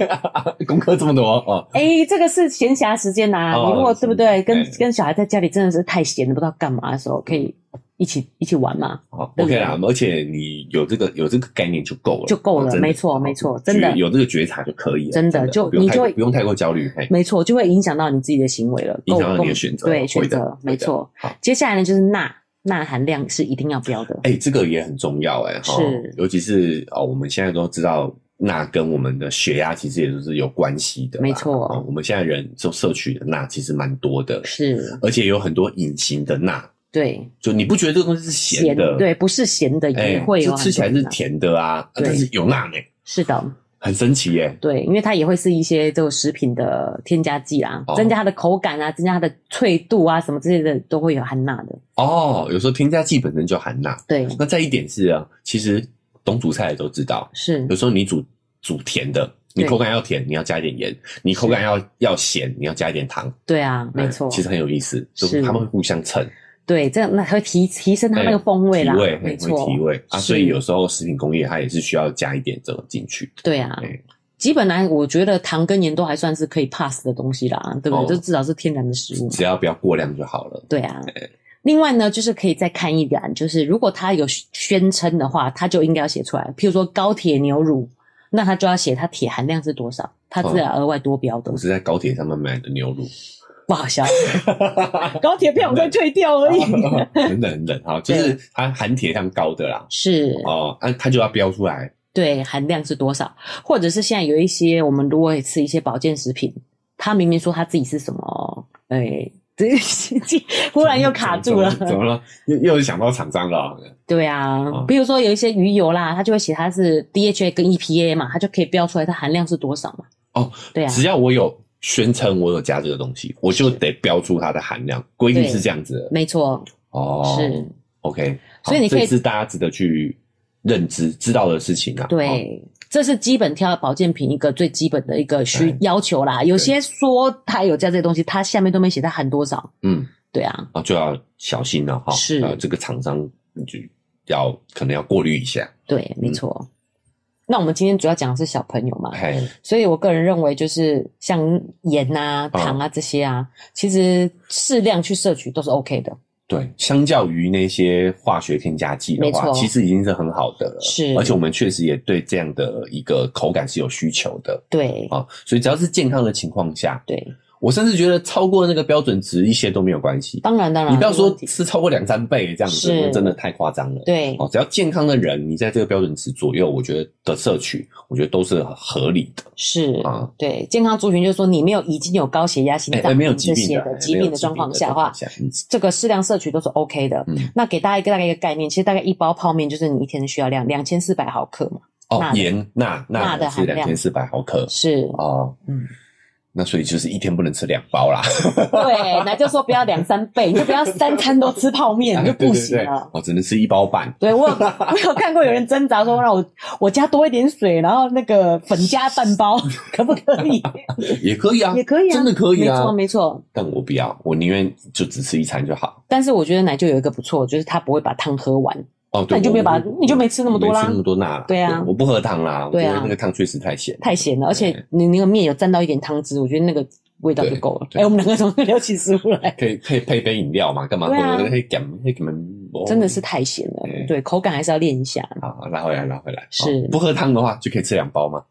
[SPEAKER 2] 功课这么多哦？
[SPEAKER 1] 哎，这个是闲暇时间呐、
[SPEAKER 2] 哦
[SPEAKER 1] 你如果对不对，跟
[SPEAKER 2] 对
[SPEAKER 1] 跟小孩在家里真的是太闲了，不知道干嘛的时候，可以一起一起玩嘛。
[SPEAKER 2] 好
[SPEAKER 1] 对不
[SPEAKER 2] ，OK
[SPEAKER 1] 对
[SPEAKER 2] 啦，而且你有这个有这个概念就够了，
[SPEAKER 1] 就够了
[SPEAKER 2] 哦真的
[SPEAKER 1] 没错
[SPEAKER 2] 哦
[SPEAKER 1] 没错
[SPEAKER 2] 觉
[SPEAKER 1] 真的
[SPEAKER 2] 有这个觉察就可以了，
[SPEAKER 1] 真的
[SPEAKER 2] 的
[SPEAKER 1] 就
[SPEAKER 2] 不用
[SPEAKER 1] 你
[SPEAKER 2] 太
[SPEAKER 1] 就会
[SPEAKER 2] 不用太过焦虑，嘿，
[SPEAKER 1] 没错，就会影响到你自己的行为了，
[SPEAKER 2] 哎影响到
[SPEAKER 1] 够
[SPEAKER 2] 你的选择
[SPEAKER 1] 对，
[SPEAKER 2] 会
[SPEAKER 1] 选
[SPEAKER 2] 的
[SPEAKER 1] 择
[SPEAKER 2] 会的
[SPEAKER 1] 没错
[SPEAKER 2] 好。
[SPEAKER 1] 接下来呢，就是钠，钠含量是一定要标的。
[SPEAKER 2] 哎、这个也很重要哎、哈
[SPEAKER 1] 是
[SPEAKER 2] 尤其是哦，我们现在都知道。钠跟我们的血压其实也都是有关系的啦，
[SPEAKER 1] 没错
[SPEAKER 2] 哦我们现在人就摄取的钠其实蛮多的，
[SPEAKER 1] 是，
[SPEAKER 2] 而且有很多隐形的钠，
[SPEAKER 1] 对，
[SPEAKER 2] 就你不觉得这个东西是咸的，
[SPEAKER 1] 对，不是咸的
[SPEAKER 2] 哎，
[SPEAKER 1] 也会有
[SPEAKER 2] 这
[SPEAKER 1] 很多钠、
[SPEAKER 2] 吃起来是甜的啊，啊
[SPEAKER 1] 对
[SPEAKER 2] 但是有钠呢、
[SPEAKER 1] 是的，
[SPEAKER 2] 很神奇耶、
[SPEAKER 1] 对，因为它也会是一些这个食品的添加剂啦，
[SPEAKER 2] 哦
[SPEAKER 1] 增加它的口感啊，增加它的脆度啊，什么之类的都会有含钠的。
[SPEAKER 2] 哦，有时候添加剂本身就含钠，
[SPEAKER 1] 对，
[SPEAKER 2] 那再一点是啊，其实懂煮菜的都知道，
[SPEAKER 1] 是
[SPEAKER 2] 有时候你煮煮甜的，你
[SPEAKER 1] 对
[SPEAKER 2] 口感要甜，你要加一点盐；你口感要要咸，你要加一点糖。
[SPEAKER 1] 对啊，没错，
[SPEAKER 2] 哎其实很有意思，就是
[SPEAKER 1] 是
[SPEAKER 2] 他们会互相衬，
[SPEAKER 1] 对，这样那还会提提升它那个
[SPEAKER 2] 哎
[SPEAKER 1] 风味
[SPEAKER 2] 提
[SPEAKER 1] 啦，
[SPEAKER 2] 味
[SPEAKER 1] 没
[SPEAKER 2] 嘿
[SPEAKER 1] 错
[SPEAKER 2] 会，提味啊，
[SPEAKER 1] 是
[SPEAKER 2] 所以有时候食品工业它也是需要加一点这种进去。
[SPEAKER 1] 对啊
[SPEAKER 2] 哎。
[SPEAKER 1] 基本来我觉得糖跟盐都还算是可以 pass 的东西啦，对不对？
[SPEAKER 2] 哦
[SPEAKER 1] 就至少是天然的食物嘛。
[SPEAKER 2] 只要不要过量就好了。
[SPEAKER 1] 对啊。另外呢，就是可以再看一点，就是如果他有宣称的话，他就应该要写出来。譬如说高铁牛乳，那他就要写它铁含量是多少，它自然额外多标的
[SPEAKER 2] 我，是在高铁上面买的牛乳，
[SPEAKER 1] 不好笑。 [LAUGHS] 高铁票我会退掉
[SPEAKER 2] [LAUGHS]
[SPEAKER 1] 而已。
[SPEAKER 2] 很冷很冷哈，就是它含铁量高的
[SPEAKER 1] [LAUGHS]
[SPEAKER 2] 啦。
[SPEAKER 1] 是，
[SPEAKER 2] 哦，啊，它就要标出来，
[SPEAKER 1] 对，含量是多少，或者是现在有一些我们如果吃一些保健食品，他明明说他自己是什么，哎，这忽然又卡住了
[SPEAKER 2] 怎。么怎么了？又又想到厂商了，
[SPEAKER 1] 对啊
[SPEAKER 2] 哦，
[SPEAKER 1] 比如说有一些鱼油啦，它就会写它是 DHA 跟 EPA 嘛，它就可以标出来它含量是多少嘛。
[SPEAKER 2] 哦，
[SPEAKER 1] 对啊，
[SPEAKER 2] 只要我有宣称我有加这个东西，我就得标出它的含量，规定是这样子的。
[SPEAKER 1] 没错，
[SPEAKER 2] 哦，
[SPEAKER 1] 是，
[SPEAKER 2] OK，好
[SPEAKER 1] 所以你可以
[SPEAKER 2] 这是大家值得去认知、知道的事情啊。哦，
[SPEAKER 1] 对，这是基本挑保健品一个最基本的一个需
[SPEAKER 2] 对
[SPEAKER 1] 要求啦。有些说它有加这些东西，它下面都没写它含多少。
[SPEAKER 2] 嗯，
[SPEAKER 1] 对啊，
[SPEAKER 2] 啊，就要小心了哈。
[SPEAKER 1] 是
[SPEAKER 2] 呃这个厂商就要可能要过滤一下。
[SPEAKER 1] 对，
[SPEAKER 2] 嗯
[SPEAKER 1] 没错。那我们今天主要讲的是小朋友嘛，
[SPEAKER 2] 哎，
[SPEAKER 1] 所以我个人认为，就是像盐啊、
[SPEAKER 2] 哦
[SPEAKER 1] 糖啊这些啊，其实适量去摄取都是 OK 的。
[SPEAKER 2] 对，相较于那些化学添加剂的话
[SPEAKER 1] 没，错
[SPEAKER 2] 其实已经是很好的了。
[SPEAKER 1] 是
[SPEAKER 2] 而且我们确实也对这样的一个口感是有需求的
[SPEAKER 1] 对，
[SPEAKER 2] 啊、所以只要是健康的情况下，
[SPEAKER 1] 对，
[SPEAKER 2] 我甚至觉得超过那个标准值一些都没有关系。
[SPEAKER 1] 当然当然，
[SPEAKER 2] 你不要
[SPEAKER 1] 没问
[SPEAKER 2] 说
[SPEAKER 1] 题
[SPEAKER 2] 吃超过两三倍这样子，
[SPEAKER 1] 是
[SPEAKER 2] 那真的太夸张了。
[SPEAKER 1] 对
[SPEAKER 2] 哦，只要健康的人，你在这个标准值左右，我觉得的摄取，我觉得都是合理的
[SPEAKER 1] 是
[SPEAKER 2] 啊。
[SPEAKER 1] 对健康族群，就是说你没有已经有高血压、心
[SPEAKER 2] 哎、哎
[SPEAKER 1] 脏
[SPEAKER 2] 没有
[SPEAKER 1] 病
[SPEAKER 2] 疾
[SPEAKER 1] 这
[SPEAKER 2] 病
[SPEAKER 1] 些
[SPEAKER 2] 的哎
[SPEAKER 1] 的
[SPEAKER 2] 没
[SPEAKER 1] 疾
[SPEAKER 2] 有
[SPEAKER 1] 病的状况下的话
[SPEAKER 2] 疾，病的状况下
[SPEAKER 1] 这个适量摄取都是 OK 的。
[SPEAKER 2] 嗯
[SPEAKER 1] 那给大家一个大概一个概念，其实大概一包泡面就是你一天的需要量两千四百毫克嘛。钠
[SPEAKER 2] 哦，
[SPEAKER 1] 的
[SPEAKER 2] 盐钠钠
[SPEAKER 1] 钠的
[SPEAKER 2] 是
[SPEAKER 1] 含
[SPEAKER 2] 两
[SPEAKER 1] 量
[SPEAKER 2] 千四百毫克 [LAUGHS]
[SPEAKER 1] 是，
[SPEAKER 2] 哦，
[SPEAKER 1] 嗯，
[SPEAKER 2] 那所以就是一天不能吃两包啦，
[SPEAKER 1] 对，那就说不要两三倍，你就不要三餐都吃泡
[SPEAKER 2] [LAUGHS]
[SPEAKER 1] 面，你就不行啊
[SPEAKER 2] 对对对
[SPEAKER 1] 了。
[SPEAKER 2] 哦，只能吃一包半。
[SPEAKER 1] 对我有，我有看过有人挣扎说让我我加多一点水，然后那个粉加半包，可不可以？
[SPEAKER 2] 也可以啊，
[SPEAKER 1] 也可以啊，
[SPEAKER 2] 真的 [LAUGHS] 可以
[SPEAKER 1] 没
[SPEAKER 2] 啊
[SPEAKER 1] 错。没错。
[SPEAKER 2] 但我不要，我宁愿就只吃一餐就好。
[SPEAKER 1] 但是我觉得奶就有一个不错，就是它不会把汤喝完。
[SPEAKER 2] 哦，
[SPEAKER 1] 那
[SPEAKER 2] 对，
[SPEAKER 1] 你就
[SPEAKER 2] 我
[SPEAKER 1] 没有把
[SPEAKER 2] 我
[SPEAKER 1] 你就没吃那么多
[SPEAKER 2] 我没
[SPEAKER 1] 啦
[SPEAKER 2] 吃那么多钠啦。
[SPEAKER 1] 对啊
[SPEAKER 2] 我不喝汤啦，我
[SPEAKER 1] 对
[SPEAKER 2] 觉
[SPEAKER 1] 啊
[SPEAKER 2] 得那个汤确实太咸，
[SPEAKER 1] 太咸了，而且
[SPEAKER 2] 对
[SPEAKER 1] 你那个面有沾到一点汤汁，我觉得那个味道就够了。哎、
[SPEAKER 2] 对对
[SPEAKER 1] 我们两个怎么会聊起食物来？
[SPEAKER 2] 可以可以配杯饮料嘛？干嘛喝
[SPEAKER 1] 对啊
[SPEAKER 2] 那个干那个门？哦
[SPEAKER 1] 真的是太咸了，
[SPEAKER 2] 对
[SPEAKER 1] 对，口感还是要练一下。
[SPEAKER 2] 好，好拉回来，拉回来。
[SPEAKER 1] 是
[SPEAKER 2] 哦不喝汤的话，就可以吃两包
[SPEAKER 1] [LAUGHS]
[SPEAKER 2] 嘛。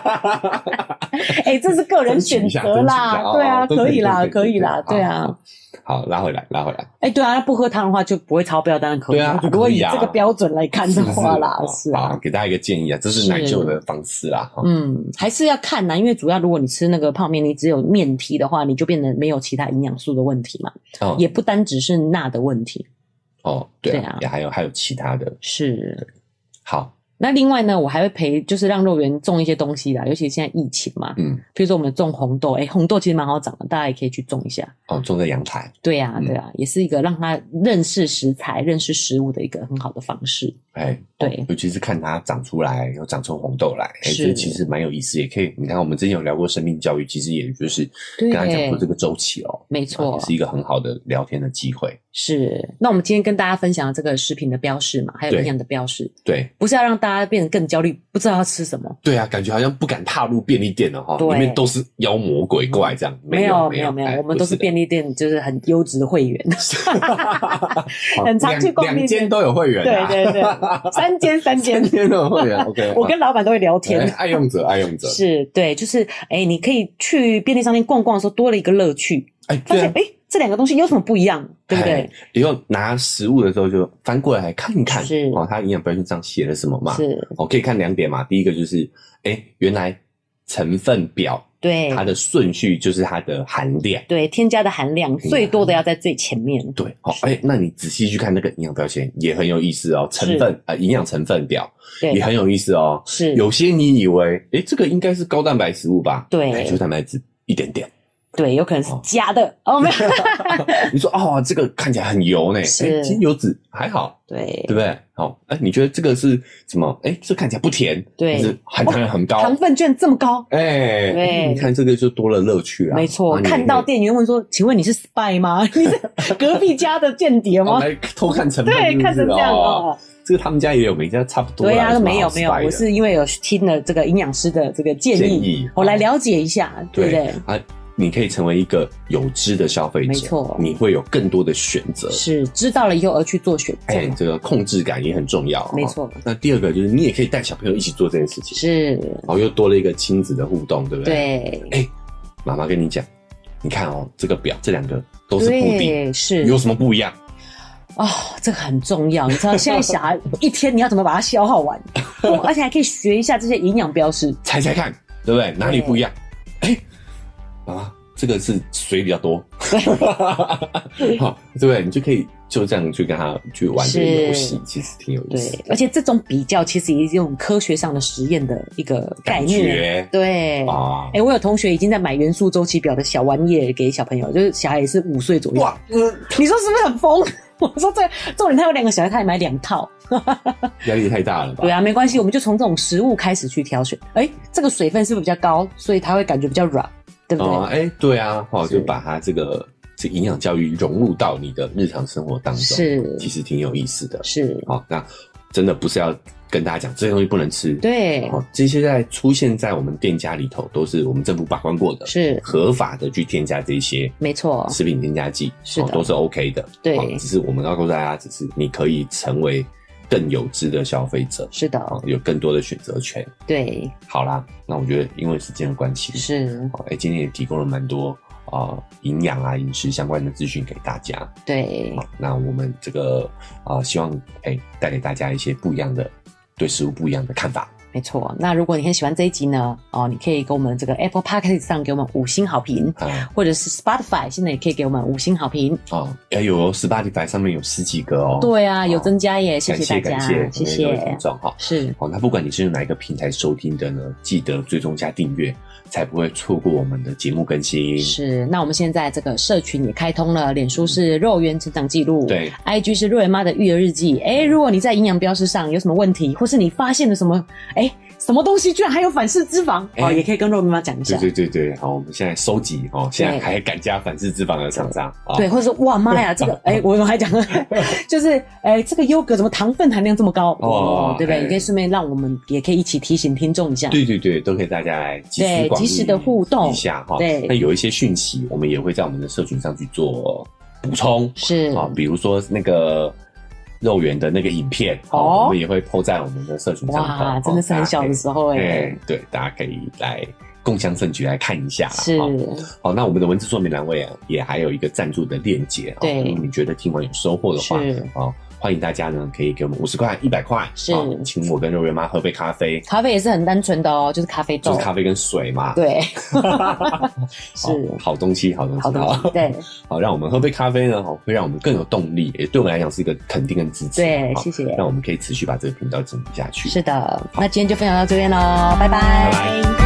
[SPEAKER 2] [LAUGHS]
[SPEAKER 1] 哎、这是个人选择啦，
[SPEAKER 2] 争取一下
[SPEAKER 1] 对啊，
[SPEAKER 2] 争取一下
[SPEAKER 1] 可以啦，
[SPEAKER 2] 哦对对对
[SPEAKER 1] 可以啦，
[SPEAKER 2] 对
[SPEAKER 1] 对
[SPEAKER 2] 对
[SPEAKER 1] 啊，
[SPEAKER 2] 好，拉回来，拉回来。
[SPEAKER 1] 哎、对啊，那不喝汤的话就不会超标，当然可以
[SPEAKER 2] 对啊
[SPEAKER 1] 啦。
[SPEAKER 2] 就可以啊
[SPEAKER 1] 如果以这个标准来 [LAUGHS] 看的话啦，
[SPEAKER 2] 是
[SPEAKER 1] 是
[SPEAKER 2] 不是好
[SPEAKER 1] 啊，
[SPEAKER 2] 给大家一个建议啊，这是
[SPEAKER 1] 是
[SPEAKER 2] 奶舅的方式啦。哈
[SPEAKER 1] 嗯，还是要看啦，因为主要如果你吃那个泡面，你只有面皮的话，你就变得没有其他营养素的问题嘛，
[SPEAKER 2] 哦
[SPEAKER 1] 也不单只是钠的问题，
[SPEAKER 2] 哦，对
[SPEAKER 1] 对啊
[SPEAKER 2] 也还有还有其他的。
[SPEAKER 1] 是。
[SPEAKER 2] 好，
[SPEAKER 1] 那另外呢，我还会陪，就是让肉圆种一些东西啦，尤其现在疫情嘛，
[SPEAKER 2] 嗯，
[SPEAKER 1] 比如说我们种红豆，哎、红豆其实蛮好长的，大家也可以去种一下。
[SPEAKER 2] 哦，种在阳台，
[SPEAKER 1] 对呀、
[SPEAKER 2] 嗯
[SPEAKER 1] 对呀、啊也是一个让他认识食材、认识食物的一个很好的方式。
[SPEAKER 2] 哎，
[SPEAKER 1] 对
[SPEAKER 2] 尤其是看它长出来，有长出红豆来，哎，
[SPEAKER 1] 是
[SPEAKER 2] 这其实蛮有意思。也可以，你看我们之前有聊过生命教育，其实也就是
[SPEAKER 1] 对
[SPEAKER 2] 跟他讲过这个周期哦，
[SPEAKER 1] 没错
[SPEAKER 2] 也，是一个很好的聊天的机会。
[SPEAKER 1] 是。那我们今天跟大家分享这个食品的标示嘛，还有
[SPEAKER 2] 对
[SPEAKER 1] 营养的标示，
[SPEAKER 2] 对，
[SPEAKER 1] 不是要让大家变得更焦虑，不知道要吃什么。
[SPEAKER 2] 对啊，感觉好像不敢踏入便利店了哈，
[SPEAKER 1] 对
[SPEAKER 2] 里面都是妖魔鬼怪这样。有
[SPEAKER 1] 有
[SPEAKER 2] 没
[SPEAKER 1] 有没
[SPEAKER 2] 哎
[SPEAKER 1] 我们都
[SPEAKER 2] 不
[SPEAKER 1] 是
[SPEAKER 2] 是
[SPEAKER 1] 便利店，就是很优质的会员，
[SPEAKER 2] [LAUGHS] 的
[SPEAKER 1] 很常去逛便
[SPEAKER 2] 两两
[SPEAKER 1] 利
[SPEAKER 2] 间
[SPEAKER 1] 店。
[SPEAKER 2] 都有会员
[SPEAKER 1] 对
[SPEAKER 2] 啊，
[SPEAKER 1] 对
[SPEAKER 2] [LAUGHS]
[SPEAKER 1] 对，三间三间
[SPEAKER 2] 两，间都有会员。OK，
[SPEAKER 1] [LAUGHS] 我跟老板都会聊天
[SPEAKER 2] [LAUGHS] 哎。爱用者，爱用者
[SPEAKER 1] 是对，就是哎、你可以去便利商店逛逛的时候多了一个乐趣，
[SPEAKER 2] 哎，
[SPEAKER 1] 发
[SPEAKER 2] 对
[SPEAKER 1] 现
[SPEAKER 2] 啊
[SPEAKER 1] 哎、这两个东西有什么不一样，对不对
[SPEAKER 2] 哎？以后拿食物的时候就翻过来看一看，
[SPEAKER 1] 是
[SPEAKER 2] 哦，它营养标签上写了什么嘛？
[SPEAKER 1] 是，
[SPEAKER 2] 哦，可以看两点嘛。第一个就是，哎，原来成分表
[SPEAKER 1] 对
[SPEAKER 2] 它的顺序就是它的含量。
[SPEAKER 1] 对，添加的含量
[SPEAKER 2] 加
[SPEAKER 1] 最多的要在最前面，
[SPEAKER 2] 对，好、哎、那你仔细去看那个营养标签也很有意思哦，成分啊，呃营养、成分表也
[SPEAKER 1] 对，
[SPEAKER 2] 很有意思哦。
[SPEAKER 1] 是
[SPEAKER 2] 有些你以为，哎、这个应该是高蛋白食物吧？
[SPEAKER 1] 对
[SPEAKER 2] 哎就蛋白质一点点，
[SPEAKER 1] 对，有可能是假的哦，
[SPEAKER 2] [LAUGHS]
[SPEAKER 1] 没有，
[SPEAKER 2] 你说哦，这个看起来很油呢，
[SPEAKER 1] 是
[SPEAKER 2] 哎其实油脂还好，
[SPEAKER 1] 对
[SPEAKER 2] 对不对？好、哎，你觉得这个是什么？哎，这看起来不甜，
[SPEAKER 1] 对哦
[SPEAKER 2] 但是含糖量很高，
[SPEAKER 1] 糖分居然这么高，
[SPEAKER 2] 哎，
[SPEAKER 1] 对
[SPEAKER 2] 你看这个就多了乐趣啦。
[SPEAKER 1] 没错
[SPEAKER 2] 然后。你
[SPEAKER 1] 看到店员问说：“请问你是 spy
[SPEAKER 2] [LAUGHS]
[SPEAKER 1] 吗？你是隔壁家的间谍
[SPEAKER 2] 哦
[SPEAKER 1] 吗
[SPEAKER 2] 来偷看？”成分是不
[SPEAKER 1] 对，
[SPEAKER 2] 是，
[SPEAKER 1] 看成这样
[SPEAKER 2] 哦。
[SPEAKER 1] 哦。
[SPEAKER 2] 这个他们家也有，每家差不多啦。
[SPEAKER 1] 对呀、
[SPEAKER 2] 有什么
[SPEAKER 1] 没有
[SPEAKER 2] 好
[SPEAKER 1] 没有，
[SPEAKER 2] spy 的
[SPEAKER 1] 我是因为有听了这个营养师的这个建
[SPEAKER 2] 建
[SPEAKER 1] 议，
[SPEAKER 2] 议
[SPEAKER 1] 我来了解一下，对不对？
[SPEAKER 2] 啊，你可以成为一个有知的消费者，
[SPEAKER 1] 没错
[SPEAKER 2] 你会有更多的选择。
[SPEAKER 1] 是知道了以后而去做选择，
[SPEAKER 2] 哎，这个控制感也很重要，哦
[SPEAKER 1] 没。错，
[SPEAKER 2] 那第二个就是你也可以带小朋友一起做这件事情，
[SPEAKER 1] 是，
[SPEAKER 2] 然后又多了一个亲子的互动，对不对？
[SPEAKER 1] 对，
[SPEAKER 2] 妈妈跟你讲，你看哦，这个表这两个都是固定，
[SPEAKER 1] 对，是
[SPEAKER 2] 有什么不一样？
[SPEAKER 1] 哦，这个很重要。你知道现在小孩一天你要怎么把它消耗
[SPEAKER 2] [LAUGHS]
[SPEAKER 1] 完，哦而且还可以学一下这些营养标识。
[SPEAKER 2] 猜猜看，对不对？哪里不一样？哎，妈妈，这个是水比
[SPEAKER 1] [LAUGHS]
[SPEAKER 2] 较多，好，对不对？你就可以就这样去跟他去玩这个游戏
[SPEAKER 1] 是，
[SPEAKER 2] 其实挺有意
[SPEAKER 1] 对
[SPEAKER 2] 思的，
[SPEAKER 1] 而且这种比较其实也是用科学上的实验的一个概
[SPEAKER 2] 感
[SPEAKER 1] 念。
[SPEAKER 2] 觉
[SPEAKER 1] 对，哎、
[SPEAKER 2] 啊。
[SPEAKER 1] 我有同学已经在买元素周期表的小玩意儿给小朋友，就是小孩也是五岁左右。
[SPEAKER 2] 哇，嗯
[SPEAKER 1] 你说是不是很疯？ [LAUGHS] 我说这重点，他有两个小孩，他也买两套。
[SPEAKER 2] 压力太大了吧？
[SPEAKER 1] 对啊，没关系，我们就从这种食物开始去挑选。哎、这个水分是不是比较高，所以它会感觉比较软，对不对？
[SPEAKER 2] 哦，哎，对啊，哦，
[SPEAKER 1] 是
[SPEAKER 2] 就把它这个这营养教育融入到你的日常生活当中，
[SPEAKER 1] 是
[SPEAKER 2] 其实挺有意思的。
[SPEAKER 1] 是，
[SPEAKER 2] 好、哦那真的不是要跟大家讲这些东西不能吃，，
[SPEAKER 1] 对，
[SPEAKER 2] 哦，这些在出现在我们店家里头都是我们政府把关过的，
[SPEAKER 1] 是
[SPEAKER 2] 合法的去添加这些
[SPEAKER 1] 没错，
[SPEAKER 2] 食品添加剂，
[SPEAKER 1] 是的
[SPEAKER 2] 哦、都是 OK 的，
[SPEAKER 1] 对
[SPEAKER 2] 哦只是我们要告诉大家，只是你可以成为更有知的消费者，
[SPEAKER 1] 是的，
[SPEAKER 2] 哦，有更多的选择权。
[SPEAKER 1] 对，
[SPEAKER 2] 好啦，那我觉得因为时间的关系，
[SPEAKER 1] 是，
[SPEAKER 2] 哎、今天也提供了蛮多啊、呃营养啊饮食相关的资讯给大家。
[SPEAKER 1] 对，
[SPEAKER 2] 好那我们这个啊、呃希望哎、带给大家一些不一样的对食物不一样的看法。
[SPEAKER 1] 没错。那如果你很喜欢这一集呢，哦，你可以给我们这个 Apple Podcast 上给我们五星好评，
[SPEAKER 2] 啊
[SPEAKER 1] 或者是 Spotify 现在也可以给我们五星好评。
[SPEAKER 2] 啊，哎有 Spotify 上面有十几个哦，
[SPEAKER 1] 对啊，
[SPEAKER 2] 哦
[SPEAKER 1] 有增加耶，谢
[SPEAKER 2] 感
[SPEAKER 1] 谢
[SPEAKER 2] 谢
[SPEAKER 1] 大
[SPEAKER 2] 感
[SPEAKER 1] 家
[SPEAKER 2] 谢，
[SPEAKER 1] 谢
[SPEAKER 2] 各位听
[SPEAKER 1] 谢，
[SPEAKER 2] 众哈。
[SPEAKER 1] 是
[SPEAKER 2] 好，那不管你是用哪一个平台收听的呢，记得追踪加订阅，才不会错过我们的节目更新。
[SPEAKER 1] 是。那我们现在这个社群也开通了，脸书是肉圆成长记录，。
[SPEAKER 2] 对，
[SPEAKER 1] IG 是瑞文妈的育儿日记。哎，如果你在营养标识上有什么问题，或是你发现了什么，哎，什么东西居然还有反式脂肪，哦，
[SPEAKER 2] 哎
[SPEAKER 1] 也可以跟肉圆妈讲一下
[SPEAKER 2] 对。对对对，好，我们现在收集哦，现在还敢加反式脂肪的厂商啊，
[SPEAKER 1] 对，
[SPEAKER 2] [LAUGHS]
[SPEAKER 1] 或者说哇妈呀，这个哎、我们还讲，就是哎、这个优格怎么糖分含量这么高？哦
[SPEAKER 2] 哦，
[SPEAKER 1] 对不对？
[SPEAKER 2] 哎
[SPEAKER 1] 你可以顺便让我们也可以一起提醒听众一下。
[SPEAKER 2] 对对对，都可以大家来及
[SPEAKER 1] 对
[SPEAKER 2] 时广
[SPEAKER 1] 及时的互动
[SPEAKER 2] 一下哈。
[SPEAKER 1] 对
[SPEAKER 2] 那有一些讯息，我们也会在我们的社群上去做补充
[SPEAKER 1] 是，
[SPEAKER 2] 啊，比如说那个。肉圆的那个影片，
[SPEAKER 1] 哦
[SPEAKER 2] 哦，我们也会 PO 在我们的社群上头。
[SPEAKER 1] 哇，
[SPEAKER 2] 哦
[SPEAKER 1] 真的是很小的时候哎、
[SPEAKER 2] 大家可以哎，对，大家可以来共襄盛举来看一下啦。
[SPEAKER 1] 是
[SPEAKER 2] 哦好，那我们的文字说明栏位啊，也还有一个赞助的链接啊。
[SPEAKER 1] 对
[SPEAKER 2] 如果你觉得听完有收获的话，
[SPEAKER 1] 是
[SPEAKER 2] 啊，欢迎大家呢可以给我们五十块、一百块，
[SPEAKER 1] 是
[SPEAKER 2] 啊请我跟肉圆妈喝杯咖啡，
[SPEAKER 1] 咖啡也是很单纯的哦，就是咖啡
[SPEAKER 2] 就
[SPEAKER 1] 豆，
[SPEAKER 2] 是咖啡跟水嘛。， [LAUGHS]
[SPEAKER 1] 对， [LAUGHS]
[SPEAKER 2] 好
[SPEAKER 1] 是
[SPEAKER 2] 好东西，哦
[SPEAKER 1] 好
[SPEAKER 2] 好东西，
[SPEAKER 1] 的
[SPEAKER 2] 好，
[SPEAKER 1] 对
[SPEAKER 2] 好，让我们喝杯咖啡呢，好，会让我们更有动力，也对我们来讲是一个肯定跟支持。
[SPEAKER 1] 对，
[SPEAKER 2] 好
[SPEAKER 1] 谢谢，
[SPEAKER 2] 让我们可以持续把这个频道经营下去。
[SPEAKER 1] 是的，那今天就分享到这边喽，拜
[SPEAKER 2] 拜
[SPEAKER 1] 拜
[SPEAKER 2] 拜